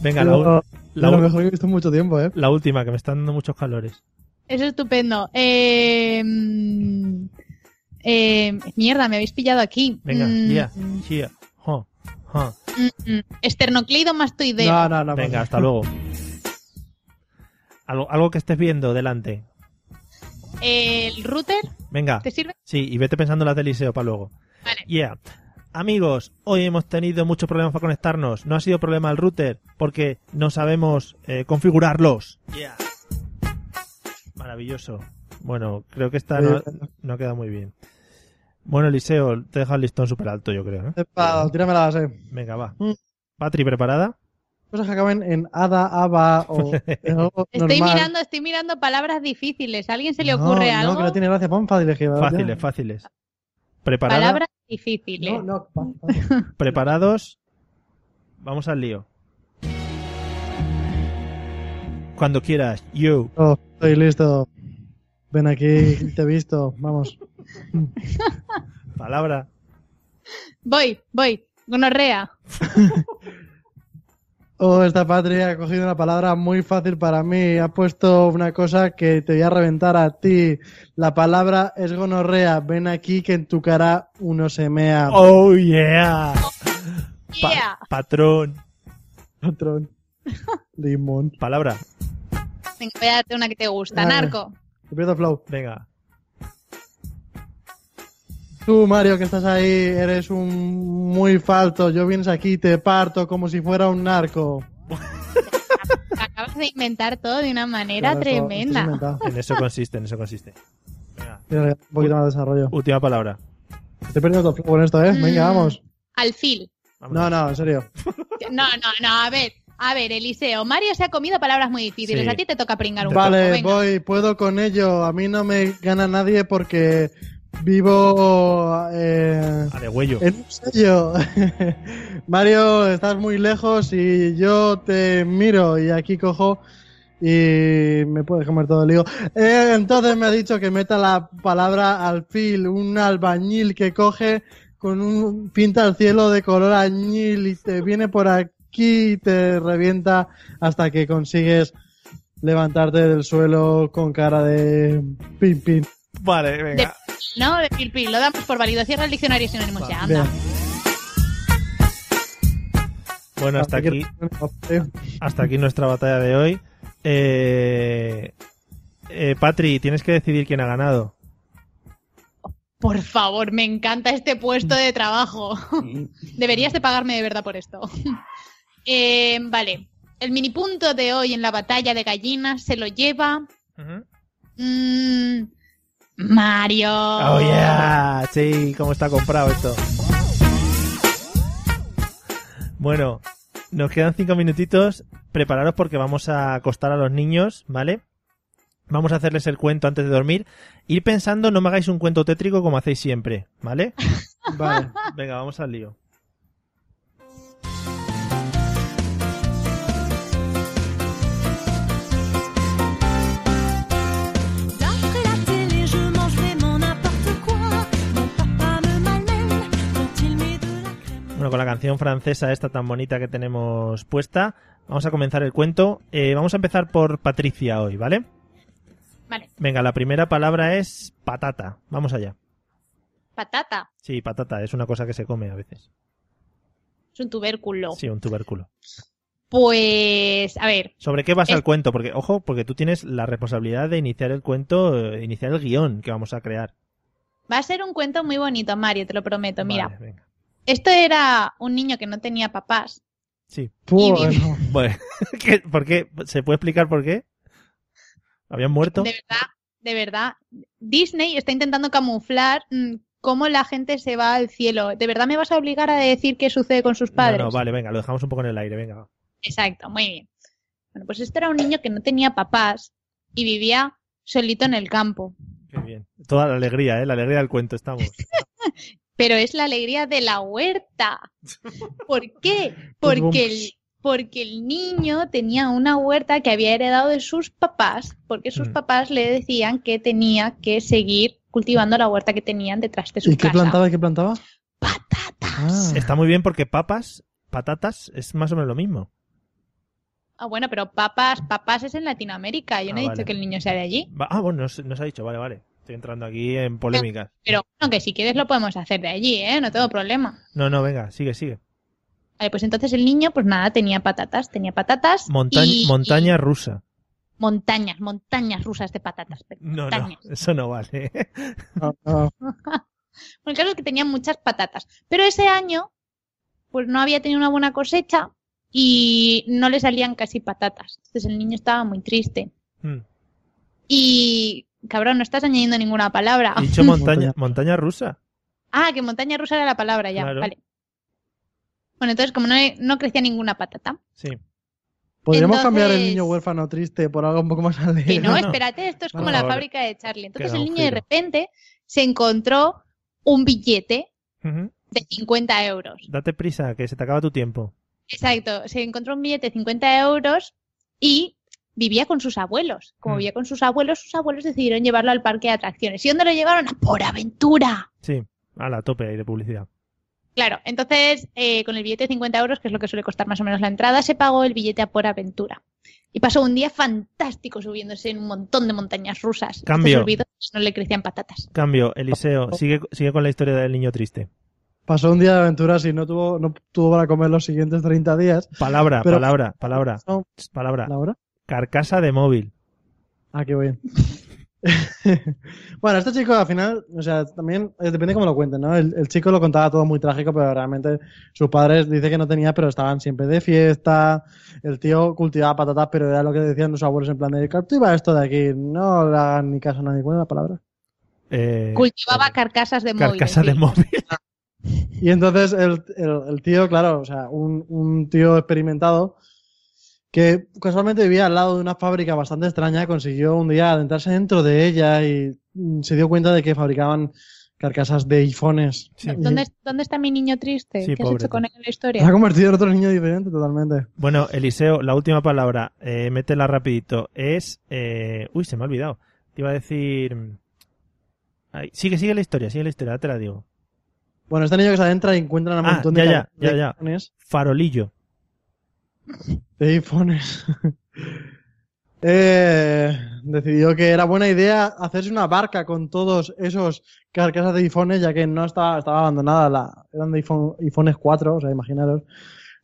Speaker 4: Venga, la,
Speaker 5: Pero-
Speaker 4: u- la
Speaker 5: de lo
Speaker 4: u-
Speaker 5: mejor que he visto en mucho tiempo, ¿eh?
Speaker 4: la última, que me están dando muchos calores.
Speaker 6: Eso es estupendo. Eh, mm, eh, mierda, me habéis pillado aquí.
Speaker 4: Venga,
Speaker 6: Mm,
Speaker 4: ya,
Speaker 6: mm,
Speaker 4: ya, jo, jo.
Speaker 6: mm, mm. Esternocleidomastoideo.
Speaker 5: No, no, pues no.
Speaker 4: Venga, hasta luego. Algo, algo que estés viendo delante.
Speaker 6: El router,
Speaker 4: Venga,
Speaker 6: ¿te sirve?
Speaker 4: sí, y vete pensando las de Eliseo para luego.
Speaker 6: Vale.
Speaker 4: Yeah. Amigos, hoy hemos tenido muchos problemas para conectarnos. No ha sido problema el router, porque no sabemos eh, configurarlos. Yeah. Maravilloso. Bueno, creo que esta no, no ha quedado muy bien. Bueno, Eliseo, te deja el listón súper alto, yo creo. ¿eh?
Speaker 5: Epa, tírame la base.
Speaker 4: Venga, va.
Speaker 5: Mm.
Speaker 4: Patri, ¿preparada?
Speaker 5: Cosas que acaben en hada, aba o en algo
Speaker 6: Estoy
Speaker 5: normal.
Speaker 6: mirando, estoy mirando palabras difíciles. ¿A alguien se le
Speaker 5: No,
Speaker 6: ocurre
Speaker 5: no,
Speaker 6: algo?
Speaker 5: que no tiene gracia. Pon fáciles, que
Speaker 4: Fáciles, fáciles. ¿Preparada?
Speaker 6: Palabras
Speaker 5: No,
Speaker 6: difíciles.
Speaker 5: no. pa- pa-
Speaker 6: eh.
Speaker 4: ¿Preparados? Vamos al lío. Cuando quieras, yo.
Speaker 5: no, Oh, estoy listo. Ven aquí, te he visto. Vamos.
Speaker 4: Palabra.
Speaker 6: Voy, voy. Gonorrea.
Speaker 5: Oh, esta patria ha cogido una palabra muy fácil para mí. Ha puesto una cosa que te voy a reventar a ti. La palabra es gonorrea. Ven aquí que en tu cara uno se mea.
Speaker 4: Oh yeah. Pa-
Speaker 6: Yeah.
Speaker 4: Patrón.
Speaker 5: Patrón. Limón.
Speaker 4: Palabra.
Speaker 6: Venga, voy a darte una que te gusta.
Speaker 5: Ah.
Speaker 6: Narco.
Speaker 5: Empieza flow.
Speaker 4: Venga.
Speaker 5: Tú, Mario, que estás ahí, eres un muy falto. Yo vienes aquí y te parto como si fuera un narco.
Speaker 6: Acabas de inventar todo de una manera
Speaker 5: Claro, esto- esto es
Speaker 6: tremenda.
Speaker 5: inventado.
Speaker 4: En eso consiste, en eso consiste. Venga.
Speaker 5: Tiene un poquito más de desarrollo.
Speaker 4: Última palabra.
Speaker 5: Estoy perdiendo todo flow con esto, ¿eh? Venga,
Speaker 6: Mm.
Speaker 5: vamos.
Speaker 6: Alfil.
Speaker 4: Vámonos.
Speaker 5: No, no, en serio.
Speaker 6: No, no, no. A ver, a ver, Eliseo. Mario se ha comido palabras muy difíciles.
Speaker 4: Sí.
Speaker 6: A ti te toca pringar un poco.
Speaker 5: Vale,
Speaker 6: Venga.
Speaker 5: voy, puedo con ello. A mí no me gana nadie porque vivo eh,
Speaker 4: A Ah, de huello.
Speaker 5: en un sello. Mario, estás muy lejos y yo te miro y aquí cojo y me puedes comer todo el lío. Eh, entonces me ha dicho que meta la palabra alfil, un albañil que coge con un pinta el cielo de color añil y te viene por aquí y te revienta hasta que consigues levantarte del suelo con cara de pin pin.
Speaker 4: Vale, venga.
Speaker 6: No, de Pilpi, lo damos por válido. Cierra el diccionario y sinónimos ya, anda.
Speaker 5: Bien.
Speaker 4: Bueno, hasta aquí, hasta aquí nuestra batalla de hoy. Eh, eh, Patri, tienes que decidir quién ha ganado.
Speaker 6: Por favor, me encanta este puesto de trabajo. Deberías de pagarme de verdad por esto. Eh, vale, el mini punto de hoy en la batalla de gallinas se lo lleva mm, Mario.
Speaker 4: Oh yeah, sí, cómo está comprado esto. Bueno, nos quedan cinco minutitos. Prepararos porque vamos a acostar a los niños, ¿vale? Vamos a hacerles el cuento antes de dormir. Ir pensando, no me hagáis un cuento tétrico como hacéis siempre, ¿vale?
Speaker 5: Vale.
Speaker 4: Venga, vamos al lío.
Speaker 10: D'après la télé, je mangerai mon n'importe quoi. Mon papa me malmène quand il met de la crème.
Speaker 4: Bueno, con la canción francesa esta tan bonita que tenemos puesta, vamos a comenzar el cuento. Eh, vamos a empezar por Patricia hoy, ¿vale?
Speaker 6: Vale,
Speaker 4: Venga, la primera palabra es patata. Vamos allá.
Speaker 6: patata,
Speaker 4: Sí, patata, es una cosa que se come a veces.
Speaker 6: es un tubérculo.
Speaker 4: Sí, un tubérculo.
Speaker 6: Pues, a ver,
Speaker 4: ¿Sobre qué vas
Speaker 6: Es-
Speaker 4: el cuento? Porque, ojo, porque tú tienes la responsabilidad de iniciar el cuento, eh, iniciar el guión que vamos a crear.
Speaker 6: va a ser un cuento muy bonito, Mario, te lo prometo. Mira,
Speaker 4: Vale, venga.
Speaker 6: esto era un niño que no tenía papás.
Speaker 4: Sí.
Speaker 5: Bueno,
Speaker 4: Bueno, ¿qué- ¿por qué? ¿Se puede explicar por qué? ¿Habían muerto?
Speaker 6: De verdad, de verdad. Disney está intentando camuflar mm, cómo la gente se va al cielo. ¿De verdad me vas a obligar a decir qué sucede con sus padres?
Speaker 4: No, no, vale, venga, lo dejamos un poco en el aire, venga.
Speaker 6: Exacto, muy bien. Bueno, pues este era un niño que no tenía papás y vivía solito en el campo.
Speaker 4: Qué bien. Toda la alegría, ¿eh? La alegría del cuento, estamos.
Speaker 6: Pero es la alegría de la huerta. ¿Por qué? Porque el, porque el niño tenía una huerta que había heredado de sus papás, porque sus
Speaker 4: Mm.
Speaker 6: papás le decían que tenía que seguir cultivando la huerta que tenían detrás de su
Speaker 5: ¿y qué
Speaker 6: casa.
Speaker 5: plantaba? ¿Qué plantaba? Ah.
Speaker 6: Patatas.
Speaker 4: Está muy bien porque papas, patatas, es más o menos lo mismo.
Speaker 6: Ah, bueno, pero papas, papas es en Latinoamérica. Yo no
Speaker 4: Ah,
Speaker 6: he
Speaker 4: vale.
Speaker 6: dicho que el niño sea de allí.
Speaker 4: Va- ah, bueno, nos, nos ha dicho, vale, vale. Estoy entrando aquí en polémicas.
Speaker 6: Pero bueno, que si quieres lo podemos hacer de allí, ¿eh? No tengo problema.
Speaker 4: No, no, venga, sigue, sigue.
Speaker 6: Vale, pues entonces el niño, pues nada, tenía patatas, tenía patatas.
Speaker 4: Monta-
Speaker 6: y-
Speaker 4: montaña rusa.
Speaker 6: y montañas, montañas rusas de patatas. pero
Speaker 4: No, no,
Speaker 6: montañas.
Speaker 4: eso no vale.
Speaker 5: Ah, ah.
Speaker 6: Bueno, el caso es que tenía muchas patatas. Pero ese año, pues no había tenido una buena cosecha y no le salían casi patatas. Entonces el niño estaba muy triste.
Speaker 4: Mm.
Speaker 6: Y, cabrón, no estás añadiendo ninguna palabra.
Speaker 4: He dicho montaña, montaña rusa.
Speaker 6: Ah, que montaña rusa era la palabra ya,
Speaker 4: Claro.
Speaker 6: vale. Bueno, entonces como no, no crecía ninguna patata.
Speaker 4: Sí.
Speaker 5: Podríamos
Speaker 6: Entonces-
Speaker 5: cambiar el niño huérfano triste por algo un poco más alegre.
Speaker 6: Que no,
Speaker 4: no, no.
Speaker 6: espérate, esto es
Speaker 4: Por
Speaker 6: como la
Speaker 4: favor.
Speaker 6: fábrica de Charlie. Entonces
Speaker 4: Queda
Speaker 6: el
Speaker 4: un
Speaker 6: niño de
Speaker 4: giro.
Speaker 6: repente se encontró un billete
Speaker 4: Ujú.
Speaker 6: de 50 euros.
Speaker 4: Date prisa, que se te acaba tu tiempo.
Speaker 6: Exacto, se encontró un billete de 50 euros y vivía con sus abuelos. Como
Speaker 4: Mm.
Speaker 6: vivía con sus abuelos, sus abuelos decidieron llevarlo al parque de atracciones. ¿Y dónde lo llevaron? ¡A por aventura!
Speaker 4: Sí, a la tope ahí de publicidad.
Speaker 6: Claro, entonces eh, con el billete de 50 euros, que es lo que suele costar más o menos la entrada, se pagó el billete a por aventura. Y pasó un día fantástico subiéndose en un montón de montañas rusas. Este
Speaker 4: Cambio.
Speaker 6: se olvidó, no le crecían patatas.
Speaker 4: Cambio,
Speaker 5: Oh.
Speaker 4: Eliseo, sigue, sigue con la historia del niño triste.
Speaker 5: Pasó un día de aventuras y no tuvo, no tuvo para comer los siguientes 30 días.
Speaker 4: Palabra,
Speaker 5: Pero-
Speaker 4: palabra, palabra,
Speaker 5: No,
Speaker 4: tss, palabra.
Speaker 5: ¿La hora?
Speaker 4: Carcasa de móvil.
Speaker 5: Ah, qué bien. bueno, este chico al final, o sea, también eh, depende cómo lo cuenten, ¿no? El, el chico lo contaba todo muy trágico, pero realmente sus padres dice que no tenía, pero estaban siempre de fiesta. El tío cultivaba patatas, pero era lo que decían los abuelos en plan de cultiva esto de aquí, no le hagan ni caso a nadie. ¿Cuál es la palabra?
Speaker 4: Eh,
Speaker 6: Cultivaba
Speaker 4: eh,
Speaker 6: carcasas de móvil.
Speaker 4: carcasa
Speaker 6: sí.
Speaker 4: de móvil.
Speaker 5: Y entonces el, el- el tío, claro, o sea, un, un tío experimentado que casualmente vivía al lado de una fábrica bastante extraña, consiguió un día adentrarse dentro de ella y mm, se dio cuenta de que fabricaban carcasas de iPhones.
Speaker 4: Sí.
Speaker 6: ¿Dónde, dónde está mi niño triste?
Speaker 4: Sí,
Speaker 6: ¿Qué has
Speaker 4: pobre
Speaker 6: hecho con él en la
Speaker 5: Se ha
Speaker 6: historia?
Speaker 5: convertido en otro niño diferente totalmente.
Speaker 4: Bueno, Eliseo, la última palabra, eh, métela rapidito, es... eh, uy, se me ha olvidado. Te iba a decir... mm, ay, sigue, sigue la historia, sigue la historia, ya te la digo.
Speaker 5: Bueno, este niño que se adentra y encuentra un
Speaker 4: Ah,
Speaker 5: montón
Speaker 4: ya,
Speaker 5: de,
Speaker 4: ya,
Speaker 5: carcasas de
Speaker 4: ya, ya.
Speaker 5: iPhones.
Speaker 4: Farolillo.
Speaker 5: De iPhones. Eh, decidió que era buena idea hacerse una barca con todos esos carcasas de iPhones, ya que no estaba, estaba abandonada, la, eran de iPhone, iPhones 4, o sea, imaginaros.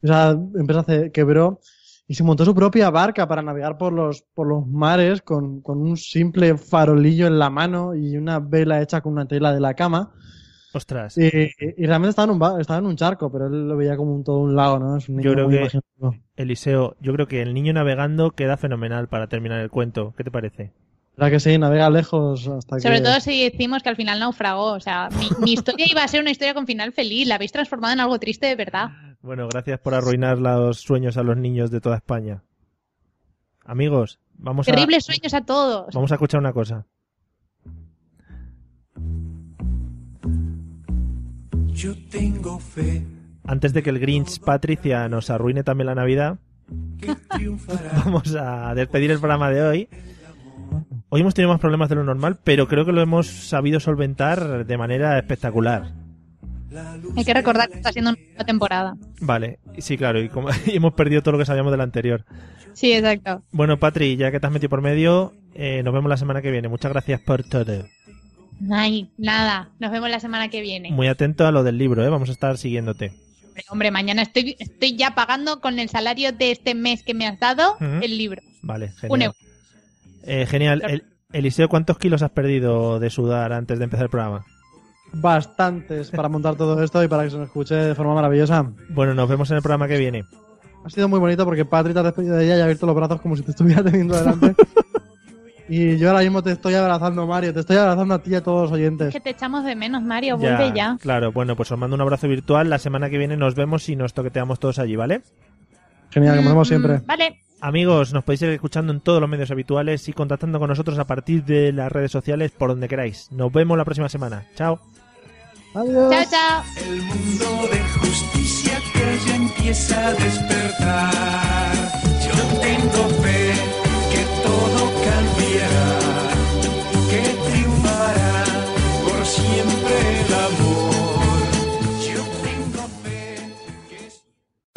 Speaker 5: Esa empresa se quebró y se montó su propia barca para navegar por los, por los mares con, con un simple farolillo en la mano y una vela hecha con una tela de la cama.
Speaker 4: Ostras.
Speaker 5: Y, y- y realmente estaba en, un, ba- estaba en un charco, pero él lo veía como un, todo un lago, ¿no? Es un niño
Speaker 4: Yo creo
Speaker 5: muy
Speaker 4: que-
Speaker 5: imaginativo.
Speaker 4: Eliseo, yo creo que el niño navegando queda fenomenal para terminar el cuento. ¿Qué te parece?
Speaker 5: ¿Verdad que sí? Navega lejos hasta
Speaker 6: Sobre
Speaker 5: que...
Speaker 6: todo si decimos que al final naufragó. O sea, mi, mi historia iba a ser una historia con final feliz. La habéis transformado en algo triste de verdad.
Speaker 4: Bueno, gracias por arruinar los sueños a los niños de toda España. Amigos, vamos a,
Speaker 6: Terribles sueños a todos.
Speaker 4: vamos a escuchar una cosa.
Speaker 10: Yo tengo fe
Speaker 4: Antes de que el Grinch Patricia nos arruine también la Navidad,
Speaker 10: que triunfará.
Speaker 4: vamos a despedir el programa de hoy. Hoy hemos tenido más problemas de lo normal, pero creo que lo hemos sabido solventar de manera espectacular.
Speaker 6: Hay que recordar que está siendo una nueva temporada.
Speaker 4: Vale, sí, claro, y, como- y hemos perdido todo lo que sabíamos del anterior.
Speaker 6: Sí, exacto.
Speaker 4: Bueno, Patri, ya que te has metido por medio, eh, nos vemos la semana que viene. Muchas gracias por todo.
Speaker 6: Ay, nada. Nos vemos la semana que viene.
Speaker 4: Muy atento a lo del libro, ¿eh? vamos a estar siguiéndote.
Speaker 6: Hombre, hombre, mañana estoy, estoy ya pagando con el salario de este mes que me has dado
Speaker 4: Ujú.
Speaker 6: el libro.
Speaker 4: Vale, genial.
Speaker 6: Un euro.
Speaker 4: Eh, genial. El- Eliseo, ¿cuántos kilos has perdido de sudar antes de empezar el programa?
Speaker 5: Bastantes para montar todo esto y para que se nos escuche de forma maravillosa.
Speaker 4: Bueno, nos vemos en el programa que viene.
Speaker 5: Ha sido muy bonito porque Patri te ha despedido de ella y ha abierto los brazos como si te estuviera teniendo delante. y yo ahora mismo te estoy abrazando, Mario. Te estoy abrazando a ti y a todos los oyentes.
Speaker 6: Que te echamos de menos, Mario. Vuelve ya.
Speaker 4: Claro, bueno, pues os mando un abrazo virtual. La semana que viene nos vemos y nos toqueteamos todos allí, ¿vale?
Speaker 5: Genial, que nos vemos
Speaker 6: Mm,
Speaker 5: siempre.
Speaker 6: Vale.
Speaker 4: Amigos, nos podéis ir escuchando en todos los medios habituales y contactando con nosotros a partir de las redes sociales por donde queráis. Nos vemos la próxima semana. Chao.
Speaker 5: Adiós.
Speaker 6: Chao, chao.
Speaker 10: El mundo de justicia que ya empieza a despertar. Yo tengo fe que todo cambiará, que triunfará por siempre el amor. Yo tengo fe que...